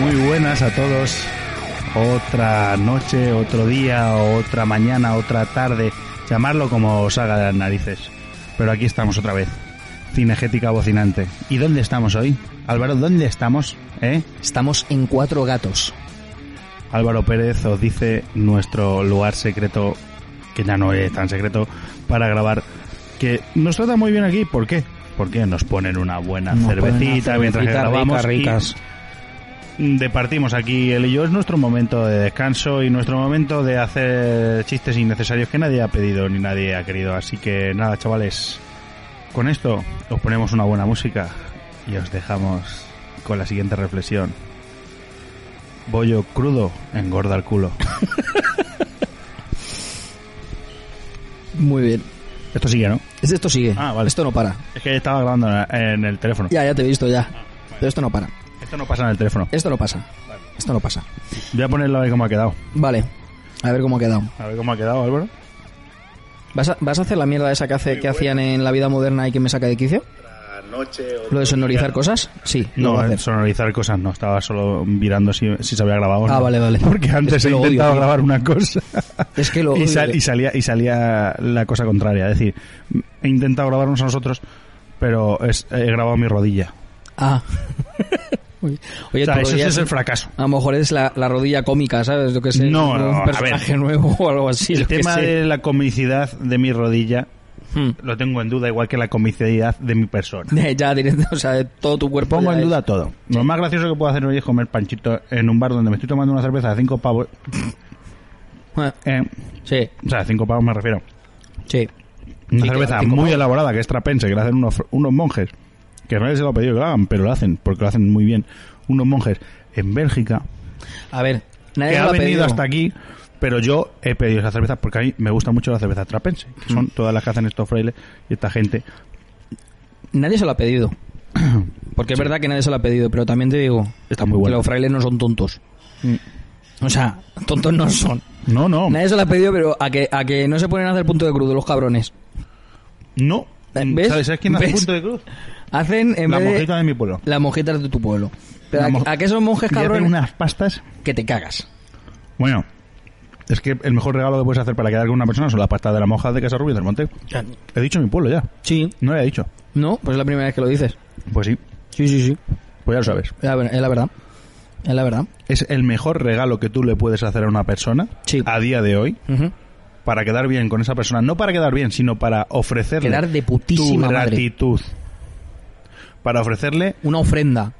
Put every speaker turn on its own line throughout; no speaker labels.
Muy buenas a todos. Otra noche, otro día, otra mañana, otra tarde. Llamarlo como os haga de las narices. Pero aquí estamos otra vez. Cinegética bocinante. ¿Y dónde estamos hoy? Álvaro, ¿dónde estamos? ¿Eh?
Estamos en Cuatro Gatos.
Álvaro Pérez os dice nuestro lugar secreto, que ya no es tan secreto, para grabar. Que nos trata muy bien aquí. ¿Por qué? Porque nos ponen una buena
Nos ponen una
cervecita mientras que
cervecita rica,
grabamos. y-
ricas.
departimos aquí él y yo. Es nuestro momento de descanso y nuestro momento de hacer chistes innecesarios que nadie ha pedido ni nadie ha querido. Así que nada, chavales, con esto os ponemos una buena música y os dejamos con la siguiente reflexión. Bollo crudo engorda el culo.
Muy bien.
Esto sigue, ¿no?
Es- Esto sigue.
Ah, vale.
Esto no para.
Es que estaba grabando en el teléfono.
Ya, ya te he visto
Ah,
ya. Pero esto no para.
Esto no pasa en el teléfono.
Esto no pasa. Esto no pasa.
Voy a ponerlo a ver cómo ha quedado.
Vale. A ver cómo ha quedado.
A ver cómo ha quedado, Álvaro.
¿Vas a, vas a hacer la mierda esa que, hace- que hacían en la vida moderna y que me saca de quicio? ¿Lo de sonorizar cosas? Sí, lo
No,
voy a hacer.
sonorizar cosas no, estaba solo mirando si, si se había grabado. o
Ah,
no.
vale, vale.
Porque
Es
antes
que
he
lo odio,
intentado
tío.
grabar una cosa
Es que lo.
y, sal- y salía, y salía la cosa contraria. Es decir, he intentado grabarnos a nosotros, pero es- he grabado mi rodilla.
Ah. Oye,
O sea,
tu
eso sí
rodilla
es
es-
el fracaso.
A lo mejor es la, la rodilla cómica, ¿sabes? Yo que sé.
No,
un
no, a ver.
personaje nuevo o algo así.
el
yo qué
tema
sé.
de la comicidad de mi rodilla
Hmm.
lo tengo en duda, igual que la comicidad de mi persona.
Ya, directo, o sea, de todo tu cuerpo.
Pongo
ya
en
es-
duda todo. Lo más gracioso que puedo hacer hoy es comer panchito en un bar donde me estoy tomando una cerveza de cinco pavos.
Ah,
eh,
Sí,
o sea, cinco pavos me refiero.
sí.
Una
Sí,
cerveza
claro, tipo
muy elaborada que es trapense, que la hacen unos, unos monjes, que nadie se lo ha pedido que lo hagan, pero lo hacen, porque lo hacen muy bien. Unos monjes en Bélgica,
A ver, nadie
que
me
ha
Eh, lo ha
venido
pedido.
hasta aquí, pero yo he pedido esa cerveza porque a mí me gusta mucho la cerveza trapense, que
Mm.
son todas las que hacen estos frailes y esta gente.
Nadie se lo ha pedido. Porque es verdad que nadie se lo ha pedido, pero también te digo
Está muy Mm.
que
buena.
los frailes no son tontos. O sea, tontos no son.
No, no,
Nadie se lo ha pedido, pero a que, a que no se ponen a hacer punto de cruz de los cabrones.
no. Mm,
¿Ves?
¿Sabes, ¿Sabes quién hace
¿Ves?
punto de cruz?
Hacen en
La
vez
monjita
de,
de mi pueblo.
las mojitas de tu pueblo. Pero
La
a,
moj-
a que esos monjes
Y hacen
cabrones
unas pastas.
que te cagas.
Bueno, es que el mejor regalo que puedes hacer para quedar con una persona son las pastas de la monja de Casa Rubio del Monte. He dicho mi pueblo ya.
Sí.
No lo he dicho.
No, pues es la primera vez que lo dices.
Pues sí,
Sí, sí, sí.
pues ya lo sabes.
Es la ver- es la verdad. Es la verdad.
Es el mejor regalo que tú le puedes hacer a una persona
Sí.
a día de hoy
Ujú.
para quedar bien con esa persona. No para quedar bien, sino para ofrecerle
Quedar de
tu
putísima madre.
gratitud. Para ofrecerle
Una ofrenda.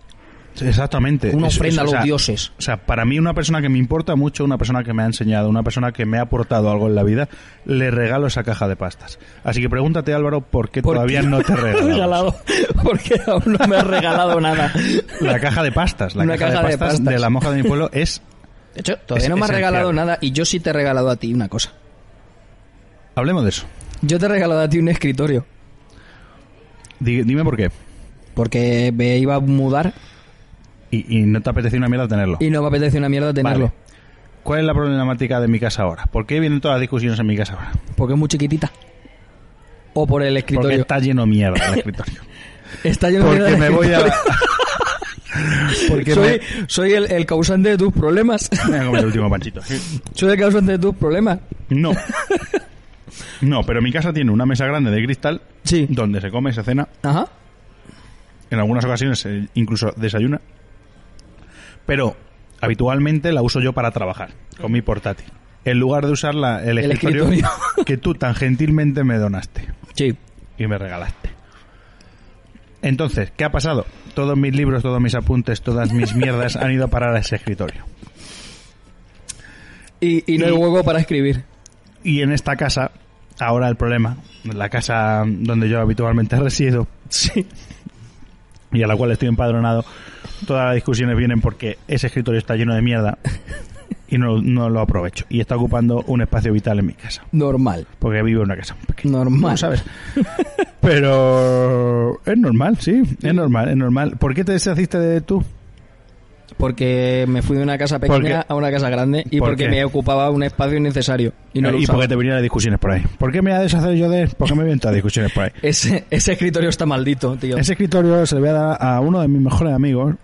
exactamente
Una
Eso- eso,
ofrenda a los
o sea,
dioses.
O sea, para mí una persona que me importa mucho, una persona que me ha enseñado, una persona que me ha aportado algo en la vida, le regalo esa caja de pastas. Así que pregúntate Álvaro por qué
¿Por
todavía
qué
no te regalamos
regalado? Porque aún no me has regalado nada.
la caja de pastas, la
Una
caja, de, pastas de la moja de mi pueblo es
De hecho, todavía
Es
no me has
esencial.
regalado nada y yo sí te he regalado a ti una cosa.
hablemos de eso.
Yo te he regalado a ti un escritorio.
Di- dime por qué.
Porque me iba a mudar
Y, y no te apetece una mierda tenerlo.
y no me apetece una mierda tenerlo.
Vale. ¿Cuál es la problemática de mi casa ahora? ¿Por qué vienen todas las discusiones en mi casa ahora?
Porque es muy chiquitita. O por el
Porque
escritorio.
está lleno de mierda el escritorio.
Está lleno de
Porque
mierda
me
el
voy a...
escritorio.
Porque
soy, soy el, el causante de tus problemas.
me... Voy a comer el último panchito.
soy el causante de tus problemas.
No. No, pero mi casa tiene una mesa grande de cristal
Sí.
donde se come, se cena,
Ajá.
en algunas ocasiones se- incluso desayuna. Pero habitualmente la uso yo para trabajar con mi portátil. En lugar de usar la- el,
El
escritorio
escritorio.
que tú tan gentilmente me donaste
Sí.
y me regalaste. Entonces, ¿qué ha pasado? Todos mis libros, todos mis apuntes, todas mis mierdas han ido a parar a ese escritorio.
Y, y no hay huevo para escribir.
Y en esta casa, ahora el problema, en la casa donde yo habitualmente resido,
Sí.
y a la cual estoy empadronado, todas las discusiones vienen porque ese escritorio está lleno de mierda y no, no lo aprovecho. Y está ocupando un espacio vital en mi casa,
Normal.
porque vivo en una casa pequeña.
Normal.
Tú sabes. Pero es normal, sí, es normal, es normal. ¿Por qué te deshaciste de tú?
Porque me fui de una casa pequeña
Porque-
a una casa grande y
¿Por
porque
qué? Eh,
me ocupaba un espacio innecesario. Y no lo
y
usaba.
porque te venían las discusiones por ahí. ¿Por qué me voy a deshacer yo de él? ¿Por qué me vienen todas las discusiones por ahí?
Ese, ese escritorio está maldito, tío.
Ese escritorio se le voy a dar a uno de mis mejores amigos.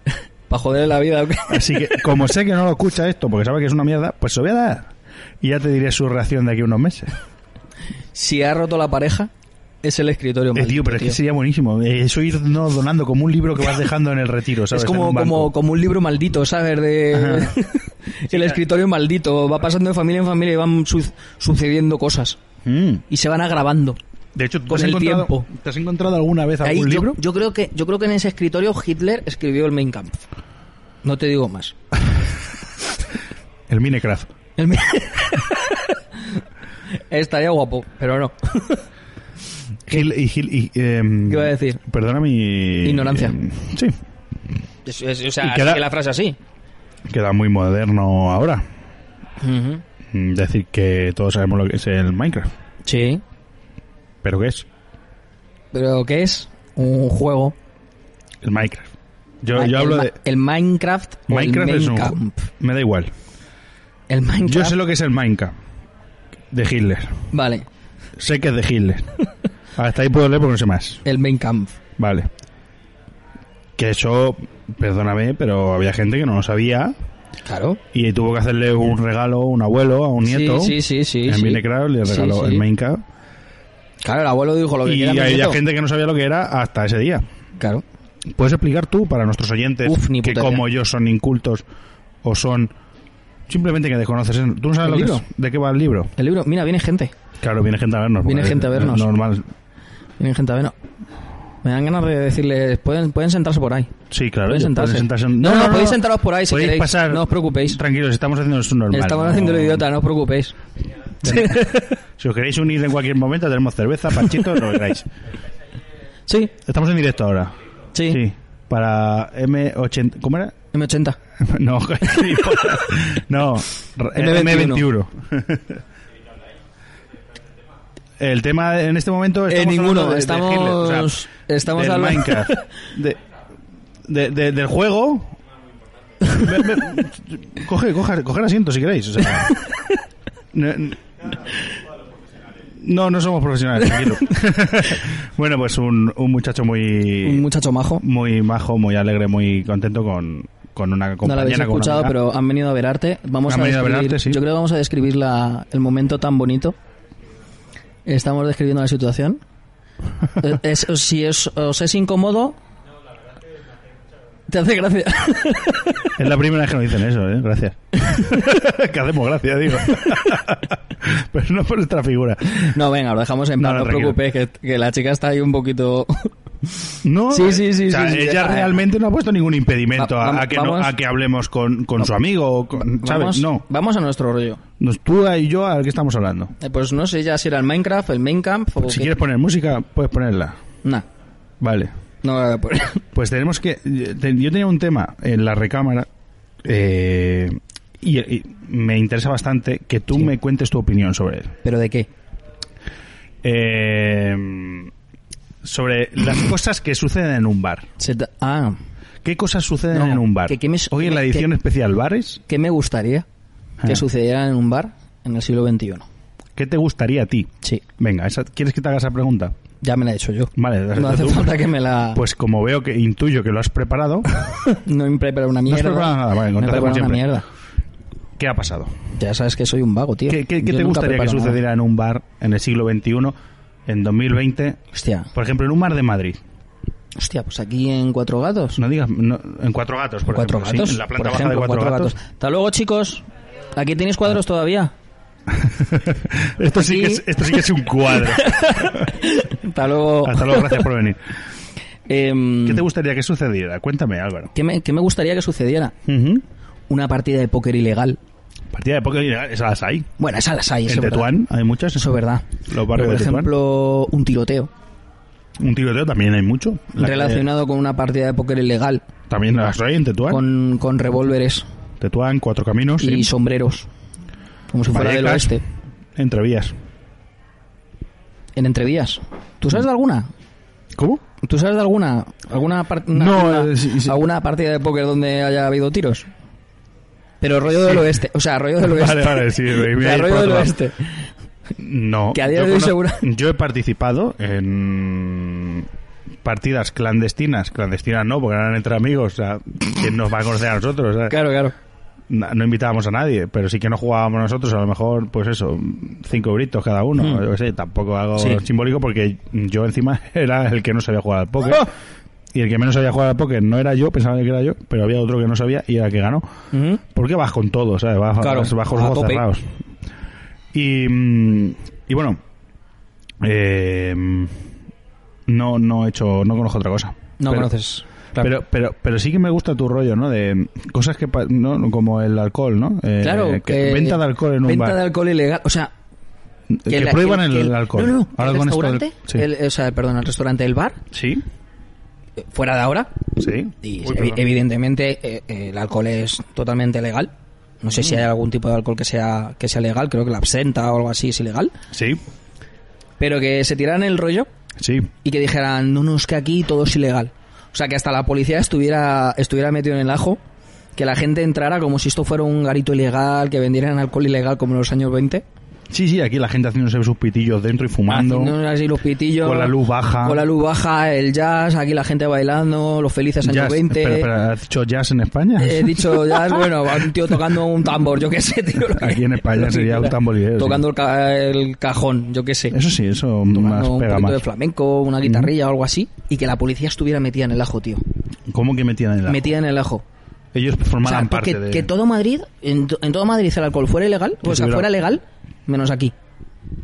Para joder la vida.
Así que, como sé que no lo escucha esto porque sabe que es una mierda, pues se lo voy a dar. Y ya te diré su reacción de aquí a unos meses.
si ha roto la pareja, es el escritorio
Eh,
maldito.
tío, pero es que
tío.
sería buenísimo. Eh, Eso ir no donando como un libro que vas dejando en el retiro, ¿sabes?
Es
En
como,
un banco.
como, como un libro maldito, ¿sabes? De...
Ajá.
el escritorio maldito. Va pasando de familia en familia y van su- sucediendo cosas.
Mm.
Y se van agravando.
De hecho, ¿te
Con
has
el
encontrado-
tiempo.
¿Te has encontrado alguna vez
Ahí
algún
yo,
libro?
yo creo que, yo creo que en ese escritorio Hitler escribió el Mein Kampf. No te digo más.
El Minecraft.
El Mein- Estaría guapo, pero no.
Gil- y Gil- y, em,
¿Qué iba a decir?
Perdona mi...
Ignorancia.
em, sí,
Es- es- o
Y
sea,
queda-
que la frase así.
queda muy moderno ahora. Mm, Decir que todos sabemos lo que es el Minecraft.
Sí.
¿Pero qué es?
Pero ¿qué es? Un juego.
El Minecraft. Yo,
Ah, El
yo hablo
ma-
de...
El Minecraft o
Minecraft
el
es
Mein
un...
Kampf.
Me da igual.
El Minecraft.
Yo sé lo que es el Minecraft. De Hitler.
Vale.
Sé que es de Hitler. Hasta ahí puedo leer porque no sé más.
El Mein Kampf.
Vale. Que eso, perdóname, pero había gente que no lo sabía
Claro.
y tuvo que hacerle un regalo a un abuelo, a un nieto.
Sí, sí, sí. sí,
en
sí.
Minecraft le
Sí,
regaló
sí.
el Minecraft.
Claro, el abuelo dijo lo que
Y
quiera mi
había
nieto.
gente que no sabía lo que era hasta ese día.
Claro.
¿Puedes explicar tú para nuestros oyentes
Uf, ni
que
puta
como yo son incultos o son simplemente que desconoces? ¿Tú no sabes
¿El
lo que
libro?
es? de qué va el libro?
El libro, mira, viene gente.
Claro, viene gente a vernos.
Viene
porque
gente a
es
vernos.
Normal.
Viene gente a ver. no. Me dan ganas de decirles, pueden, pueden sentarse por ahí.
Sí, claro.
Pueden
ellos
sentarse.
pueden sentarse en-
No, no, podéis sentaros por ahí si
podéis
queréis.
pasar.
No os preocupéis.
Tranquilos, estamos haciendo esto normal.
Estamos
¿no?
haciendo el idiota, no os preocupéis.
Si os queréis unir en cualquier momento, tenemos cerveza, panchitos, lo que queráis.
Sí,
Estamos en directo ahora.
sí,
Para M80. ¿Cómo era?
M80.
No, no, eh,
M21.
M21. El tema en este momento
En
estamos
Eh, ninguno,
hablando de- de
estamos-
Hitler, o sea,
estamos
del
hablando-
Minecraft, de- de- de- del juego. Ve- ve- coge, coge, coger asiento si queréis. o sea. No, no, no somos profesionales. tranquilo. bueno, pues un, un muchacho muy
Un muchacho majo.
muy majo, muy alegre, muy contento con, con una
No la
compañera.
habéis
con una
escuchado,
amiga.
pero han venido a ver arte. Vamos
Han
a
venido a ver
describir-
arte, sí.
Yo creo que vamos a describir la- el momento tan bonito. Estamos describiendo la situación. Eh, es- si es- os es incómodo... Te hace gracia.
Es la primera vez que nos dicen eso, ¿eh? Gracias. que hacemos gracia, digo. pero no por nuestra figura.
No, venga, lo dejamos en
No,
paz.
no,
No os
tranquilo.
preocupéis, que, que la chica está ahí un poquito...
No,
Sí, sí, sí,
o sea,
sí, sí.
ella
Ah,
realmente no ha puesto ningún impedimento a-
Va-
a,
vamos-
que no-
vamos-
a que hablemos con, con su amigo o con, ¿sabes?
Vamos,
no.
vamos a nuestro rollo.
Nos- Tú y yo, ¿a qué estamos hablando?
Eh, Pues no sé ya si era el Minecraft, el Minecraft o
Si
qué.
quieres poner música, puedes ponerla.
Nah,
Vale.
no la voy a poner.
Pues tenemos que. te- Yo tenía un tema en la recámara eh, y, y me interesa bastante que tú me cuentes tu opinión sobre él.
¿Pero de qué?
Eh, sobre las cosas que suceden en un bar.
Se ta- Ah,
¿Qué cosas suceden
No,
en un bar?
que- que me su-
Hoy en la
que-
edición especial Bares,
¿qué me gustaría que
Ah.
sucediera en un bar en el siglo XXI?
¿qué te gustaría a ti?
Sí,
Venga, esa- ¿quieres que te haga esa pregunta?
ya me la he hecho yo.
Vale,
No hace
tú.
falta que me la...
Pues como veo que intuyo que lo has preparado,
no me he preparado una
has
mierda.
preparado nada, vale,
no he
entonces, como
preparado
siempre.
una mierda.
¿qué ha pasado?
Ya sabes que soy un vago, tío.
¿Qué, qué- qué
Yo
te
nunca
gustaría que
preparo nada.
sucediera en un bar en el siglo XXI, en 2020?
Hostia,
Por ejemplo, en un bar de Madrid.
hostia, pues aquí en Cuatro Gatos.
No digas, no- en Cuatro Gatos, por
cuatro
ejemplo, sí,
gatos.
en la planta
por
baja
ejemplo,
de Cuatro, Gatos. Ah.
Hasta luego, chicos. Aquí tenéis cuadros todavía.
esto, sí
Aquí-
que es, esto sí que es un cuadro.
Hasta luego.
Hasta luego, gracias por venir.
Em,
Ah. ¿Qué te gustaría que sucediera? Cuéntame, Álvaro.
¿qué me, qué me gustaría que sucediera? Una partida de póker ilegal.
Partida de póker, esas las hay.
Bueno, esas las hay, eso
En
es verdad.
Tetuán hay muchas.
Eso es verdad.
Los
Pero,
barrios
por
de Tetuán.
ejemplo, un tiroteo
Un tiroteo también hay mucho. La que- eh,
relacionado con una partida de póker ilegal,
También las hay en Tetuán.
con, con revólveres
Tetuán, Cuatro Caminos.
y
Oh, sí.
sombreros, como si fuera del
Vallecas,
oeste,
Entrevías.
en entrevías. ¿Tú sabes de alguna?
¿Cómo?
¿Tú sabes de alguna alguna, par-
No,
una-
eh, sí, sí.
alguna partida de póker donde haya habido tiros? Pero rollo del oeste, o sea, rollo del oeste.
Vale, vale, sí, me- me
O
voy
sea,
a ir por
rollo
otro
del
lado.
oeste.
No.
Que a día
yo
de hoy
cono-
segura-
Yo he participado en partidas clandestinas. Clandestinas no, porque eran entre amigos. O sea, ¿quién nos va a conocer a nosotros? ¿sabes?
Claro, claro.
Na- No invitábamos a nadie, pero sí que no jugábamos nosotros. A lo mejor, pues eso, cinco gritos cada uno.
Mm.
Yo qué sé, tampoco algo
Sí.
simbólico, porque yo encima era el que no sabía jugar al póker.
¡Oh!
Y el que menos sabía jugar al póker no era yo, pensaba que era yo, pero había otro que no sabía y era el que ganó.
Ujú.
Porque vas con todo, ¿sabes? Vas,
Claro,
vas- vas con
a
los ojos
tope.
cerrados. Y, mm, y bueno, eh, no, no he hecho, no conozco otra cosa.
No
Pero-
conoces. claro.
Pero, pero, pero sí que me gusta tu rollo, ¿no? De cosas que, pa- ¿no? como el alcohol, ¿no? Eh,
Claro,
que-
que-
venta de alcohol en un
venta
bar.
de alcohol ilegal, o sea,
que
la-
prohíban el,
que
alcohol.
No, no,
Ahora
el
con esto del-
restaurante,
sí.
el- o sea, perdón, el restaurante, el bar,
sí,
eh, fuera de ahora.
sí.
Y
Uy,
evi-
perdón.
evidentemente eh, eh, el alcohol es totalmente legal. No
Mm.
sé si hay algún tipo de alcohol que sea que sea legal, creo que la absenta o algo así es ilegal,
Sí,
pero que se tiraran el rollo
sí.
y que dijeran, "No, no, es que aquí todo es ilegal." O sea, que hasta la policía estuviera estuviera metido en el ajo, que la gente entrara como si esto fuera un garito ilegal, que vendieran alcohol ilegal como en los años 20.
Sí, sí, aquí la gente haciéndose sus pitillos dentro y fumando.
Haciendo así los pitillos.
Con la luz baja.
Con la luz baja, el jazz, aquí la gente bailando, los felices años
Jazz.
20.
Espera, espera, ¿has dicho jazz en España?
He dicho jazz, bueno, va un tío tocando un tambor, yo qué sé, tío. lo que-
Aquí en España
lo que
sería un
quiera.
tamborilero, sí.
Tocando el, ca- el cajón, yo qué sé.
Eso sí, eso
Tocando
más
un
pega
poquito de
más.
flamenco, una guitarrilla o algo así, y que la policía estuviera metida en el ajo, tío.
¿Cómo que metían en la?
Metida en el ajo.
Ellos
O sea,
formaban
tú
parte
que,
de.
que todo Madrid, en, to- en todo Madrid el alcohol fuera ilegal, o sea,
tuviera-
fuera legal, menos aquí.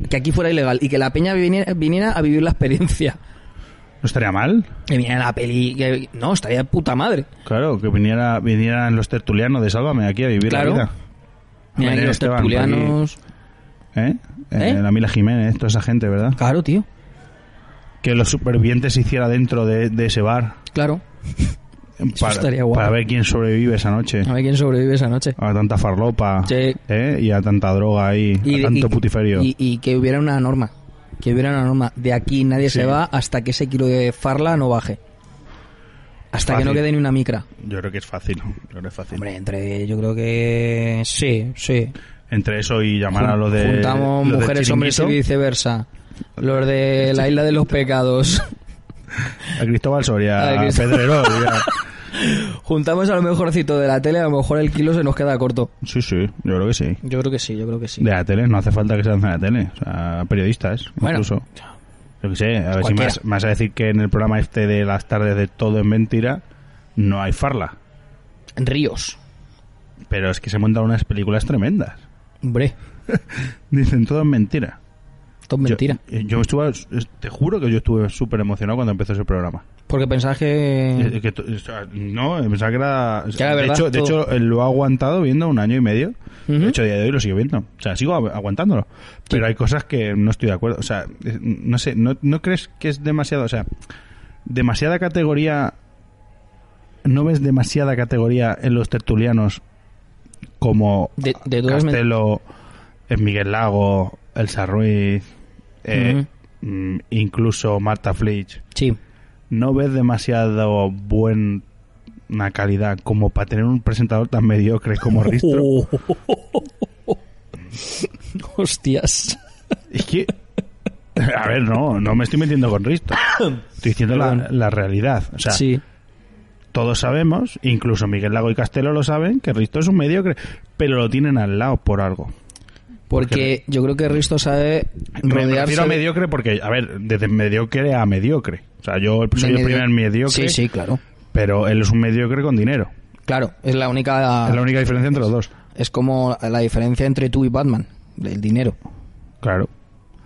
Que aquí fuera ilegal y que la peña viniera- viniera a vivir la experiencia.
¿No estaría mal?
Que viniera la peli. que- no, estaría de puta madre.
Claro, que viniera, vinieran los tertulianos de Sálvame aquí a vivir
Claro.
la vida.
Mira
Hombre,
aquí los
Esteban, pues,
tertulianos.
¿Eh? Eh,
¿Eh?
La Mila Jiménez, toda esa gente, ¿verdad?
Claro, tío.
Que los supervivientes se hiciera dentro de, de ese bar.
Claro. estaría guapo.
para ver quién sobrevive esa noche.
A ver quién sobrevive esa noche.
A tanta farlopa.
Sí.
¿eh? Y a tanta droga ahí. a
de-
tanto putiferio.
Y, y que hubiera una norma. Que hubiera una norma. De aquí nadie
Sí.
se va hasta que ese kilo de farla no baje. Hasta
Fácil.
que no quede ni una micra.
Yo creo que es fácil. Yo creo que es fácil.
Hombre, entre yo creo que sí, sí.
Entre eso y llamar a los de.
Juntamos
los del
mujeres, hombres y
chiringuito,
viceversa. Los de la isla de los pecados.
A Cristóbal Soria,
A
a
Cristóbal.
Pedrerol. ya.
Juntamos a lo mejorcito de la tele, a lo mejor el kilo se nos queda corto.
Sí, sí, yo creo que sí.
Yo creo que sí, yo creo que sí.
De la tele, no hace falta que sean de la tele. O sea, periodistas,
Bueno.
incluso. Yo qué sé, a ver si
Cualquiera.
más, vas a decir que en el programa este de las tardes de todo es mentira, no hay farla.
Ríos.
Pero es que se montan unas películas tremendas.
Hombre,
Dicen todo es mentira.
esto es
Yo-
mentira.
eh, Yo, estuve, te juro que yo estuve súper emocionado cuando empezó ese programa.
Porque pensás
Eh,
que...
que to- o sea, no, pensaba que era. o sea,
Mm. Que era
de,
verdad,
hecho, de
todo.
hecho, eh, lo he aguantado viendo un año y medio.
Ujú.
De hecho, a día de hoy lo sigo viendo. O sea, sigo agu- aguantándolo. Pero hay cosas que no estoy de acuerdo. O sea, eh, no sé, ¿no, no crees que es demasiado. O sea, demasiada categoría. ¿No ves demasiada categoría en los tertulianos como
De- de todas men-
Castelo, eh, Miguel Lago, Elsa Ruiz, eh, mm, incluso Marta Flitch?
Sí.
no ves demasiado buena calidad como para tener un presentador tan mediocre como Ristro.
Hostias.
Es que, a ver, no, no me estoy metiendo con Ristro. Estoy diciendo la,
Perdón.
la realidad. O sea,
sí.
todos sabemos, incluso Miguel Lago y Castelo lo saben, que Ristro es un mediocre, pero lo tienen al lado por algo.
Porque yo creo que Risto sabe
Me me
rodearse...
refiero a mediocre porque, a ver, desde mediocre a mediocre. O sea, yo
de
soy el
medio-
primer mediocre,
Sí, sí, claro.
pero él es un mediocre con dinero.
Claro, es la única...
Es la única diferencia entre los dos.
Es como la diferencia entre tú y Batman, el dinero.
Claro.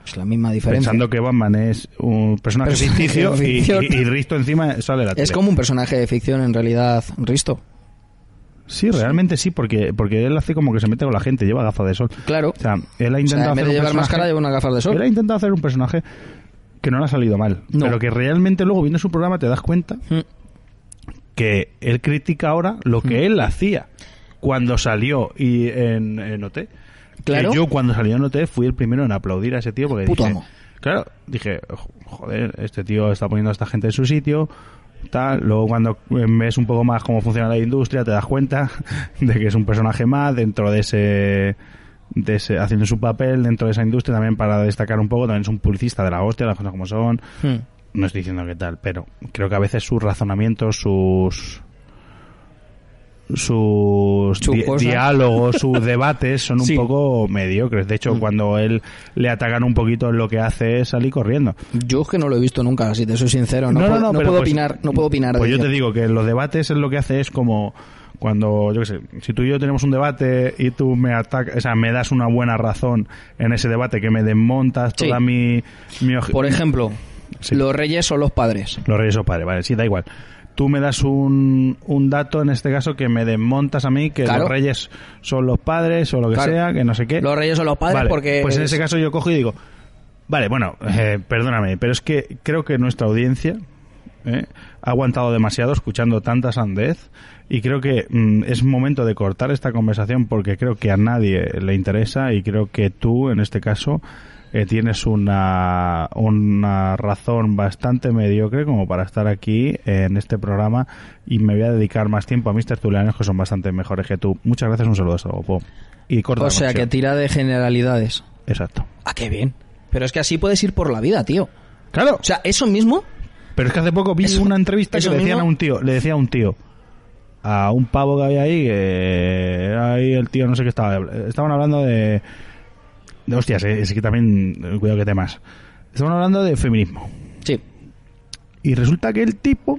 Es la misma diferencia.
Pensando que Batman es un personaje
Personaje
ficticio
de
y,
ficción.
y- y Risto encima sale la
Es
tele.
como un personaje de ficción, en realidad, Risto.
Sí, realmente sí, porque, porque él hace como que se mete con la gente, lleva gafas de sol.
Claro.
O sea, él ha
O sea,
intentado
en vez
hacer
de
un
llevar máscara,
personaje-
lleva unas gafas de
él
sol.
ha intentado hacer un personaje que no le ha salido mal,
No.
pero que realmente luego viendo su programa te das cuenta
Mm.
que él critica ahora lo que él hacía cuando salió y en, en OT.
Claro.
Que yo cuando salió en OT fui el primero en aplaudir a ese tío porque
Puto
dije,
amo.
claro, dije, joder, este tío está poniendo a esta gente en su sitio. Tal, luego cuando eh, ves un poco más cómo funciona la industria te das cuenta de que es un personaje más dentro de ese de ese- haciendo su papel dentro de esa industria también para destacar un poco, también es un publicista de la hostia, las cosas como son,
Hmm.
no estoy diciendo que tal, pero creo que a veces sus razonamientos, sus sus
Sus
di-
cosas.
diálogos, sus debates son un
Sí. Mm.
poco mediocres. De hecho, cuando él le atacan un poquito, lo que hace es salir corriendo.
Yo es que no lo he visto nunca, si te soy sincero. No, puedo, no
pero
puedo
pues-
opinar, no puedo opinar.
Pues
de
yo
ello.
te digo que en los debates es lo que hace es como cuando, yo qué sé, si tú y yo tenemos un debate y tú me atacas, o sea, me das una buena razón en ese debate que me desmontas
Sí.
toda mi, mi obje-
Por ejemplo,
Sí.
los reyes o los padres.
Los reyes o padres, vale, sí, da igual. Tú me das un, un dato en este caso que me desmontas a mí, que
Claro.
los reyes son los padres o lo que
Claro.
sea, que no sé qué.
Los reyes o los padres
Vale,
porque...
Pues en ese caso yo cojo y digo, vale, bueno, eh, perdóname, pero es que creo que nuestra audiencia eh, ha aguantado demasiado escuchando tanta sandez y creo que mm, es momento de cortar esta conversación porque creo que a nadie le interesa y creo que tú, en este caso, eh, tienes una, una razón bastante mediocre como para estar aquí en este programa y me voy a dedicar más tiempo a mis tertulianos que son bastante mejores que tú. Muchas gracias, un saludo hasta luego. Pum. Y corta
O
la
sea, que
conexión.
tira de generalidades.
Exacto.
Ah, qué bien. Pero es que así puedes ir por la vida, tío.
Claro.
O sea, eso mismo...
pero es que hace poco vi
eso-
una entrevista que
eso
le decían
mismo-
a un tío, le decía a un tío, a un pavo que había ahí, que era ahí el tío no sé qué estaba, estaban hablando de, de hostias, eh, es que también eh, cuidado que temas. Estaban hablando de feminismo.
Sí.
Y resulta que el tipo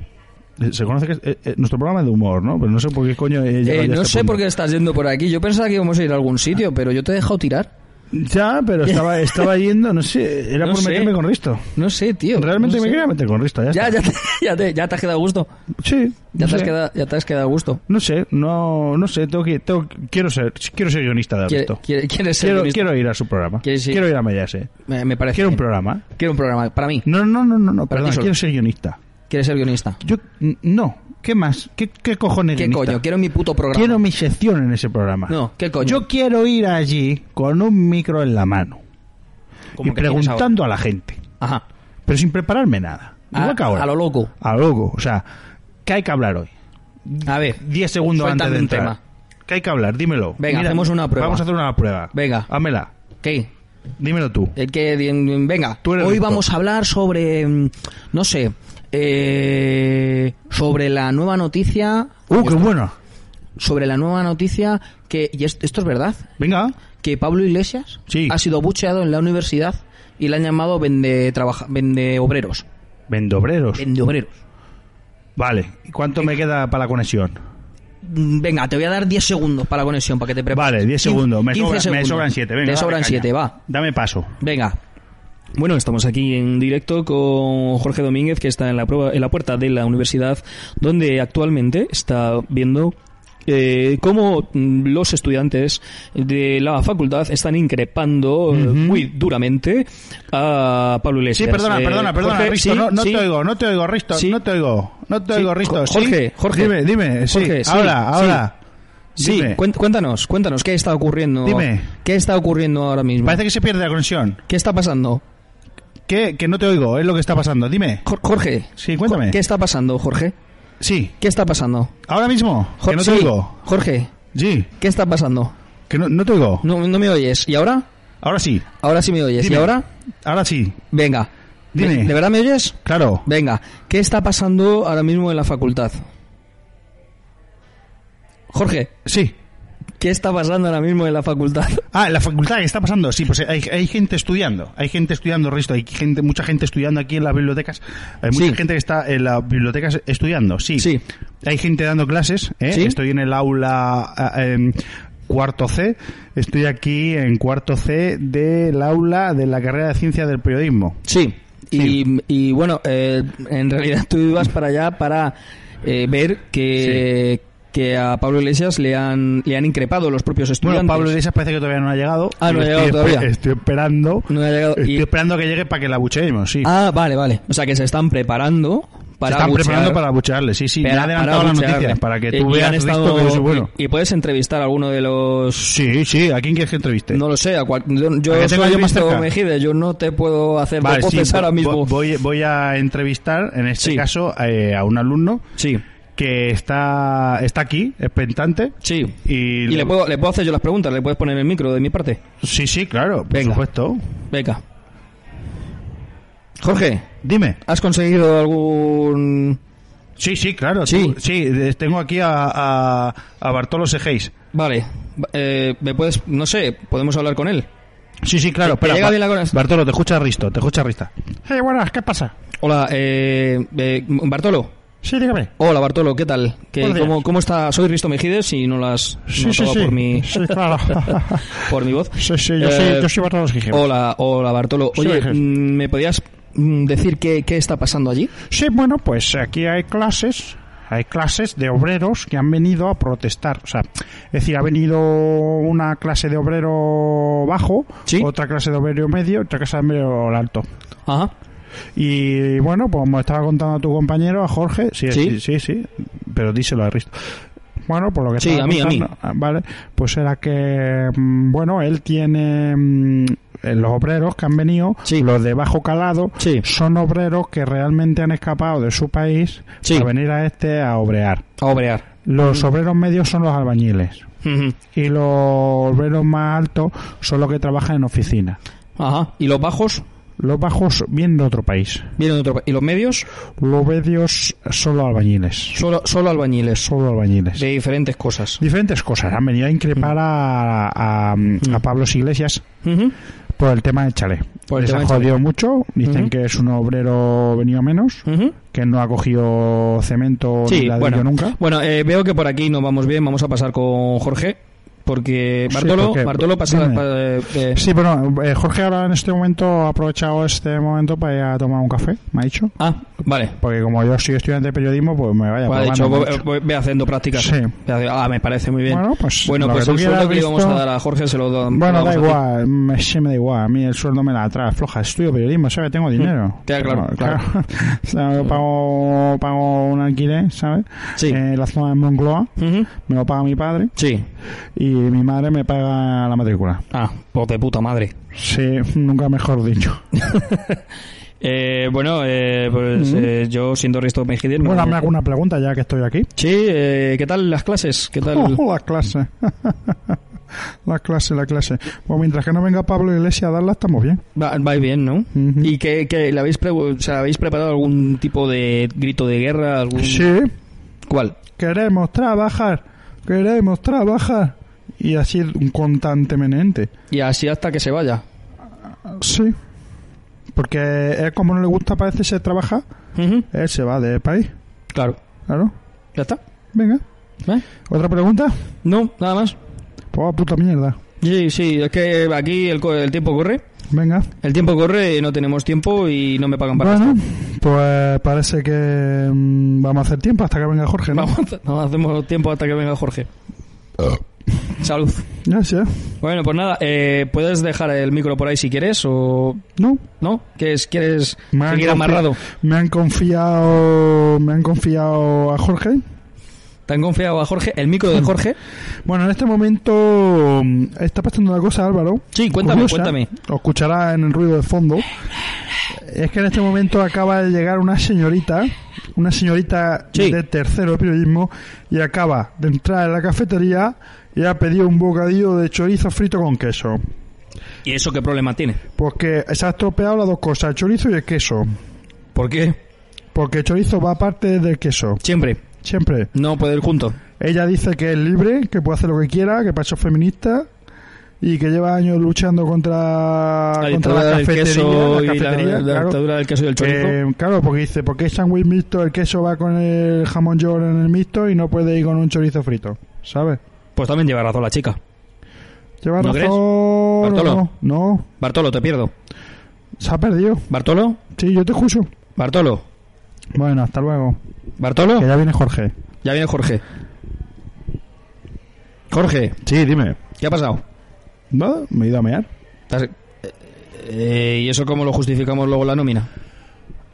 eh, se conoce que es- eh, eh, nuestro programa es de humor, ¿no? Pero no sé por qué coño he llegado
Eh,
yo a
no
este
sé
punto.
por qué estás yendo por aquí. Yo pensaba que íbamos a ir a algún sitio, pero yo te he dejado tirar.
Ya, pero estaba estaba yendo, no sé, era
No
por
sé.
meterme con Risto.
No sé, tío.
Realmente
no
me
sé.
quería meter con Risto, ya.
Ya,
está.
ya te, ya, te, ya te has quedado a gusto.
Sí.
Ya,
no
te, has
sé.
quedado, ya te has quedado a gusto.
No sé, no, no sé, tengo que, tengo- quiero ser, quiero ser guionista de
Quiere-
esto.
quiere- ¿Quieres ser
Quiero,
guionista?
quiero ir a su programa.
¿Quieres ir?
Quiero ir a Mediase.
Me, me parece
Quiero un
bien.
programa.
Quiero un programa. Para mí.
No, no, no, no, no,
Para ti
perdón,
solo.
quiero ser guionista.
¿Quieres ser guionista?
Yo, n- no, ¿qué más? ¿Qué, qué cojones
¿Qué
guionista?
coño? Quiero mi puto programa.
Quiero mi sección en ese programa.
No, ¿qué coño?
Yo quiero ir allí con un micro en la mano y
Como que quieres ahora.
preguntando a la gente,
Ajá.
pero sin prepararme nada.
A,
Igual que ahora.
Ah, a lo loco.
A lo loco, o sea, ¿qué hay que hablar hoy?
A ver.
10 segundos
Suéltame
antes de
un
entrar.
tema.
¿Qué hay que hablar? Dímelo.
Venga, hacemos una prueba.
Vamos a hacer una prueba.
Venga.
Hámela.
¿Qué?
Dímelo tú.
Eh,
El que, bien, venga,
Tú eres
hoy
rector.
vamos a hablar sobre, mm, no sé, eh, sobre la nueva noticia,
¡Uh, qué bueno!
sobre la nueva noticia que, y es- esto es verdad,
Venga.
que Pablo Iglesias
Sí.
ha sido bucheado en la universidad y le han llamado vende, trabaja, vende obreros,
Vendobreros.
vende obreros.
Vale. ¿Y cuánto me queda para la conexión?
Mm, Venga, te voy a dar 10 segundos para la conexión, para que te prepares.
Vale, 10
Quin-
segundos. Me,
15
sobra- me
segundos.
sobran 7. Venga,
Te
dame
sobran
caña.
7, va.
Dame paso.
Venga,
Bueno, estamos aquí en directo con Jorge Domínguez, que está en la, prueba- en la puerta de la universidad, donde actualmente está viendo eh, cómo mm, los estudiantes de la facultad están increpando eh, muy duramente a Pablo
Sí,
Iglesias.
perdona,
Eh,
perdona, perdona,
Jorge,
Risto.
sí,
no no
sí.
te oigo, no te oigo, Risto.
Sí.
No te oigo. No te
Sí.
oigo, Risto.
Jo- Jorge,
Sí.
Jorge.
Dime, dime. Sí.
Jorge, sí,
ahora,
sí.
ahora.
Sí,
Dime.
cuen- cuéntanos, cuéntanos, ¿qué está ocurriendo?
Dime.
¿qué está ocurriendo ahora mismo?
Parece que se pierde la conexión.
¿Qué está pasando?
¿Qué? Que no te oigo, es lo que está pasando. Dime.
Jor- Jorge,
Sí, cuéntame.
¿qué está pasando, Jorge?
Sí.
¿Qué está pasando?
Ahora mismo.
Jo-
que no
sí,
te oigo.
Jorge,
Sí.
¿qué está pasando?
Que no, no te oigo.
No, no me oyes. ¿Y ahora?
Ahora sí.
Ahora sí me oyes.
Dime.
¿Y ahora?
Ahora sí.
Venga.
Dime.
¿De- ¿De verdad me oyes?
Claro.
Venga. ¿Qué está pasando ahora mismo en la facultad? Jorge,
Sí.
¿qué está pasando ahora mismo en la facultad?
Ah, en la facultad ¿qué está pasando. Sí, pues hay, hay gente estudiando. Hay gente estudiando, Risto. Hay gente, mucha gente estudiando aquí en las bibliotecas. Hay mucha
Sí.
gente que está en las bibliotecas estudiando. Sí.
Sí.
Hay gente dando clases. ¿eh?
Sí.
Estoy en el aula. ah, em,
cuarto C. Estoy aquí en cuarto C del aula de la carrera de Ciencias del Periodismo.
Sí. Y, y bueno, eh, en realidad tú ibas para allá para eh, ver que, que a Pablo Iglesias le han, le han increpado los propios estudiantes.
Bueno, Pablo Iglesias parece que todavía no ha llegado.
Ah, no ha
Yo
llegado
estoy, espe-
todavía.
Estoy esperando.
No ha llegado.
Estoy
Y-
esperando que llegue para que la abucheemos, sí.
Ah, vale, vale. O sea que se están preparando para
Se están
abuchear-
preparando para abuchearle, sí, sí. Me
para-
ha adelantado
para
las
abuchearle.
noticias para que
Eh,
tú
y han
veas
estado-
esto que yo soy bueno.
Y, y puedes entrevistar a alguno de los...
Sí, sí, ¿a quién quieres que entreviste?
No lo sé, a cual- yo,
¿A
yo
que tengo
soy
aquí más
Evaristo
cerca?
Mejide, yo no te puedo hacer
Vale,
dos voces
sí,
ahora
vo-
mismo.
Voy, voy a entrevistar, en este
Sí.
caso, eh, a un alumno
Sí,
que está, está aquí, expectante.
sí.
Y,
Y, le, puedo, le puedo hacer yo las preguntas, le puedes poner el micro de mi parte.
Sí, sí, claro, por
Venga.
supuesto.
Venga. Jorge,
Dime.
¿has conseguido algún...?
Sí, sí, claro.
Sí.
tú- sí, eh, tengo aquí a, a, a Bartolo Segeis.
Vale, eh, me puedes, no sé, podemos hablar con él.
Sí, sí, claro.
Que- que
Espera,
llega
Ba-
bien la cosa.
Bartolo, te escucha Risto, te escucha Rista. Hey, buenas, ¿qué pasa?
Hola, eh, eh, Bartolo.
Sí, dígame.
Hola, Bartolo, ¿qué tal? ¿Qué-
Buenos días.
cómo, cómo está? Soy Risto Mejides y no las
Sí,
notaba
sí, sí.
por mi
Sí, claro.
por mi voz.
sí, sí, yo,
Eh,
soy, yo soy Bartolo Segeis.
Hola, hola Bartolo.
Sí,
Oye,
Mejides.
mm, ¿me podías mm, decir qué, qué está pasando allí?
Sí, bueno, pues aquí hay clases, hay clases de obreros que han venido a protestar. O sea, es decir, ha venido una clase de obrero bajo,
Sí.
otra clase de obrero medio, otra clase de obrero alto.
Ajá.
Y bueno, pues me estaba contando a tu compañero, a Jorge, sí,
Sí.
sí, sí, sí, pero díselo a Risto. Bueno, por lo que
Sí,
estaba
a mí, a mí.
contando, ah, Vale, pues era que, mm, bueno, él tiene... mm, eh, Los obreros que han venido,
Sí.
los de bajo calado,
Sí.
son obreros que realmente han escapado de su país
Sí.
para venir a este a obrear.
A obrear.
Los obreros medios son los albañiles
Ujú.
y los obreros más altos son los que trabajan en oficina.
Ajá. ¿Y los bajos?
Los bajos vienen de otro país.
Vienen de otro pa- ¿Y los medios?
Los medios son los albañiles.
Solo, solo albañiles.
Son los albañiles.
De diferentes cosas.
Diferentes cosas. Han venido a increpar a, a,
Mm.
a Pablo Iglesias
Ujú.
por el tema del chalet.
Por el
Les
tema
ha
del chalet.
jodido mucho. Dicen
Ujú.
que es un obrero venido a menos,
Ujú.
que no ha cogido cemento ni
Sí,
ladrillo
bueno,
nunca.
bueno eh, veo que por aquí no vamos bien, vamos a pasar con Jorge, porque
Sí,
Bartolo,
porque-
Bartolo pasa...
dime.
pa- eh, eh,
Sí, bueno, eh, Jorge ahora en este momento ha aprovechado este momento para ir a tomar un café, me ha dicho.
Ah, vale.
Porque como yo soy estudiante de periodismo, pues me vaya
Pues ha
probando,
dicho,
me ha
voy,
dicho.
voy- voy haciendo prácticas.
Sí.
Voy haciendo- Ah, me parece muy bien.
Bueno, pues,
Bueno,
lo
pues
que tú
el sueldo
quieras,
que le íbamos
listo.
a dar a Jorge se lo damos.
Bueno, da
vamos a-
igual, me- sí me da igual. A mí el sueldo me la trae floja. Estudio periodismo, ¿sabes? Tengo dinero.
Mm, ya, claro,
Pero, O sea, yo pago, pago un alquiler, ¿sabes?
Sí.
En la zona de Moncloa,
Ujú.
me lo paga mi padre
Sí.
y mi madre me paga la matrícula.
Ah, pues de puta madre.
Sí, nunca mejor dicho.
Eh, bueno, eh, pues eh, yo siendo Risto Mejide... no-
Bueno, hazme alguna pregunta ya que estoy aquí.
Sí, eh, ¿qué tal las clases? ¿Qué tal?
Oh, la clase. la clase, la clase. Pues mientras que no venga Pablo Iglesias a darla, estamos bien.
Va, va bien, ¿no?
Ujú.
¿Y que, le habéis, pre- o sea, habéis preparado algún tipo de grito de guerra? Algún...
Sí,
¿Cuál?
queremos trabajar, queremos trabajar. Y así constantemente.
Y así hasta que se vaya.
Sí. Porque él, como no le gusta, parece se trabaja,
Ujú,
él se va del país.
Claro.
Claro.
¿Ya está?
Venga.
¿Eh?
¿Otra pregunta?
No, nada más.
Pues a puta mierda.
Sí, sí, es que aquí el, co- el tiempo corre.
Venga.
El tiempo corre, no tenemos tiempo y no me pagan para
Bueno, pues parece que mm, vamos a hacer tiempo hasta que venga Jorge,
esto.
¿no?
Vamos, no hacemos tiempo hasta que venga Jorge.
Ah.
Salud.
Gracias.
Bueno, pues nada, eh, puedes dejar el micro por ahí si quieres o...
No.
¿No? ¿Qué es? ¿Quieres
Me han
seguir
confi-
amarrado?
Me han confiado, me han confiado a Jorge.
¿Te han confiado a Jorge? ¿El micro de Jorge?
Bueno, en este momento mm, está pasando una cosa, Álvaro.
Sí, cuéntame,
curiosa.
cuéntame.
Lo escuchará en el ruido de fondo. Es que en este momento acaba de llegar una señorita, una señorita
Sí.
de tercero de periodismo, y acaba de entrar en la cafetería y ha pedido un bocadillo de chorizo frito con queso.
¿Y eso qué problema tiene?
Porque se ha estropeado las dos cosas, el chorizo y el queso.
¿Por qué?
Porque el chorizo va aparte del queso,
Siempre.
siempre.
No poder juntos.
Ella dice que es libre, que puede hacer lo que quiera, que para eso es feminista y que lleva años luchando Ah, contra,
La
contra la
dictadura del
cafetería.
queso
la
y la,
cafetería,
la
claro.
dictadura del queso y del chorizo.
Eh, claro, porque dice, porque el sándwich mixto, el queso va con el jamón york en el mixto y no puede ir con un chorizo frito? ¿Sabes?
Pues también lleva razón la chica.
Lleva
¿No
razón.
crees?
o
Bartolo.
No, no,
Bartolo, te pierdo.
se ha perdido.
Bartolo,
Sí, yo te escucho.
Bartolo,
Bueno, hasta luego. Que
Bartolo.
ya viene Jorge.
Ya viene Jorge. Jorge,
Sí, dime.
¿qué ha pasado?
¿No? Me he ido a mear.
¿Estás- eh, eh, ¿Y eso cómo lo justificamos luego en la nómina?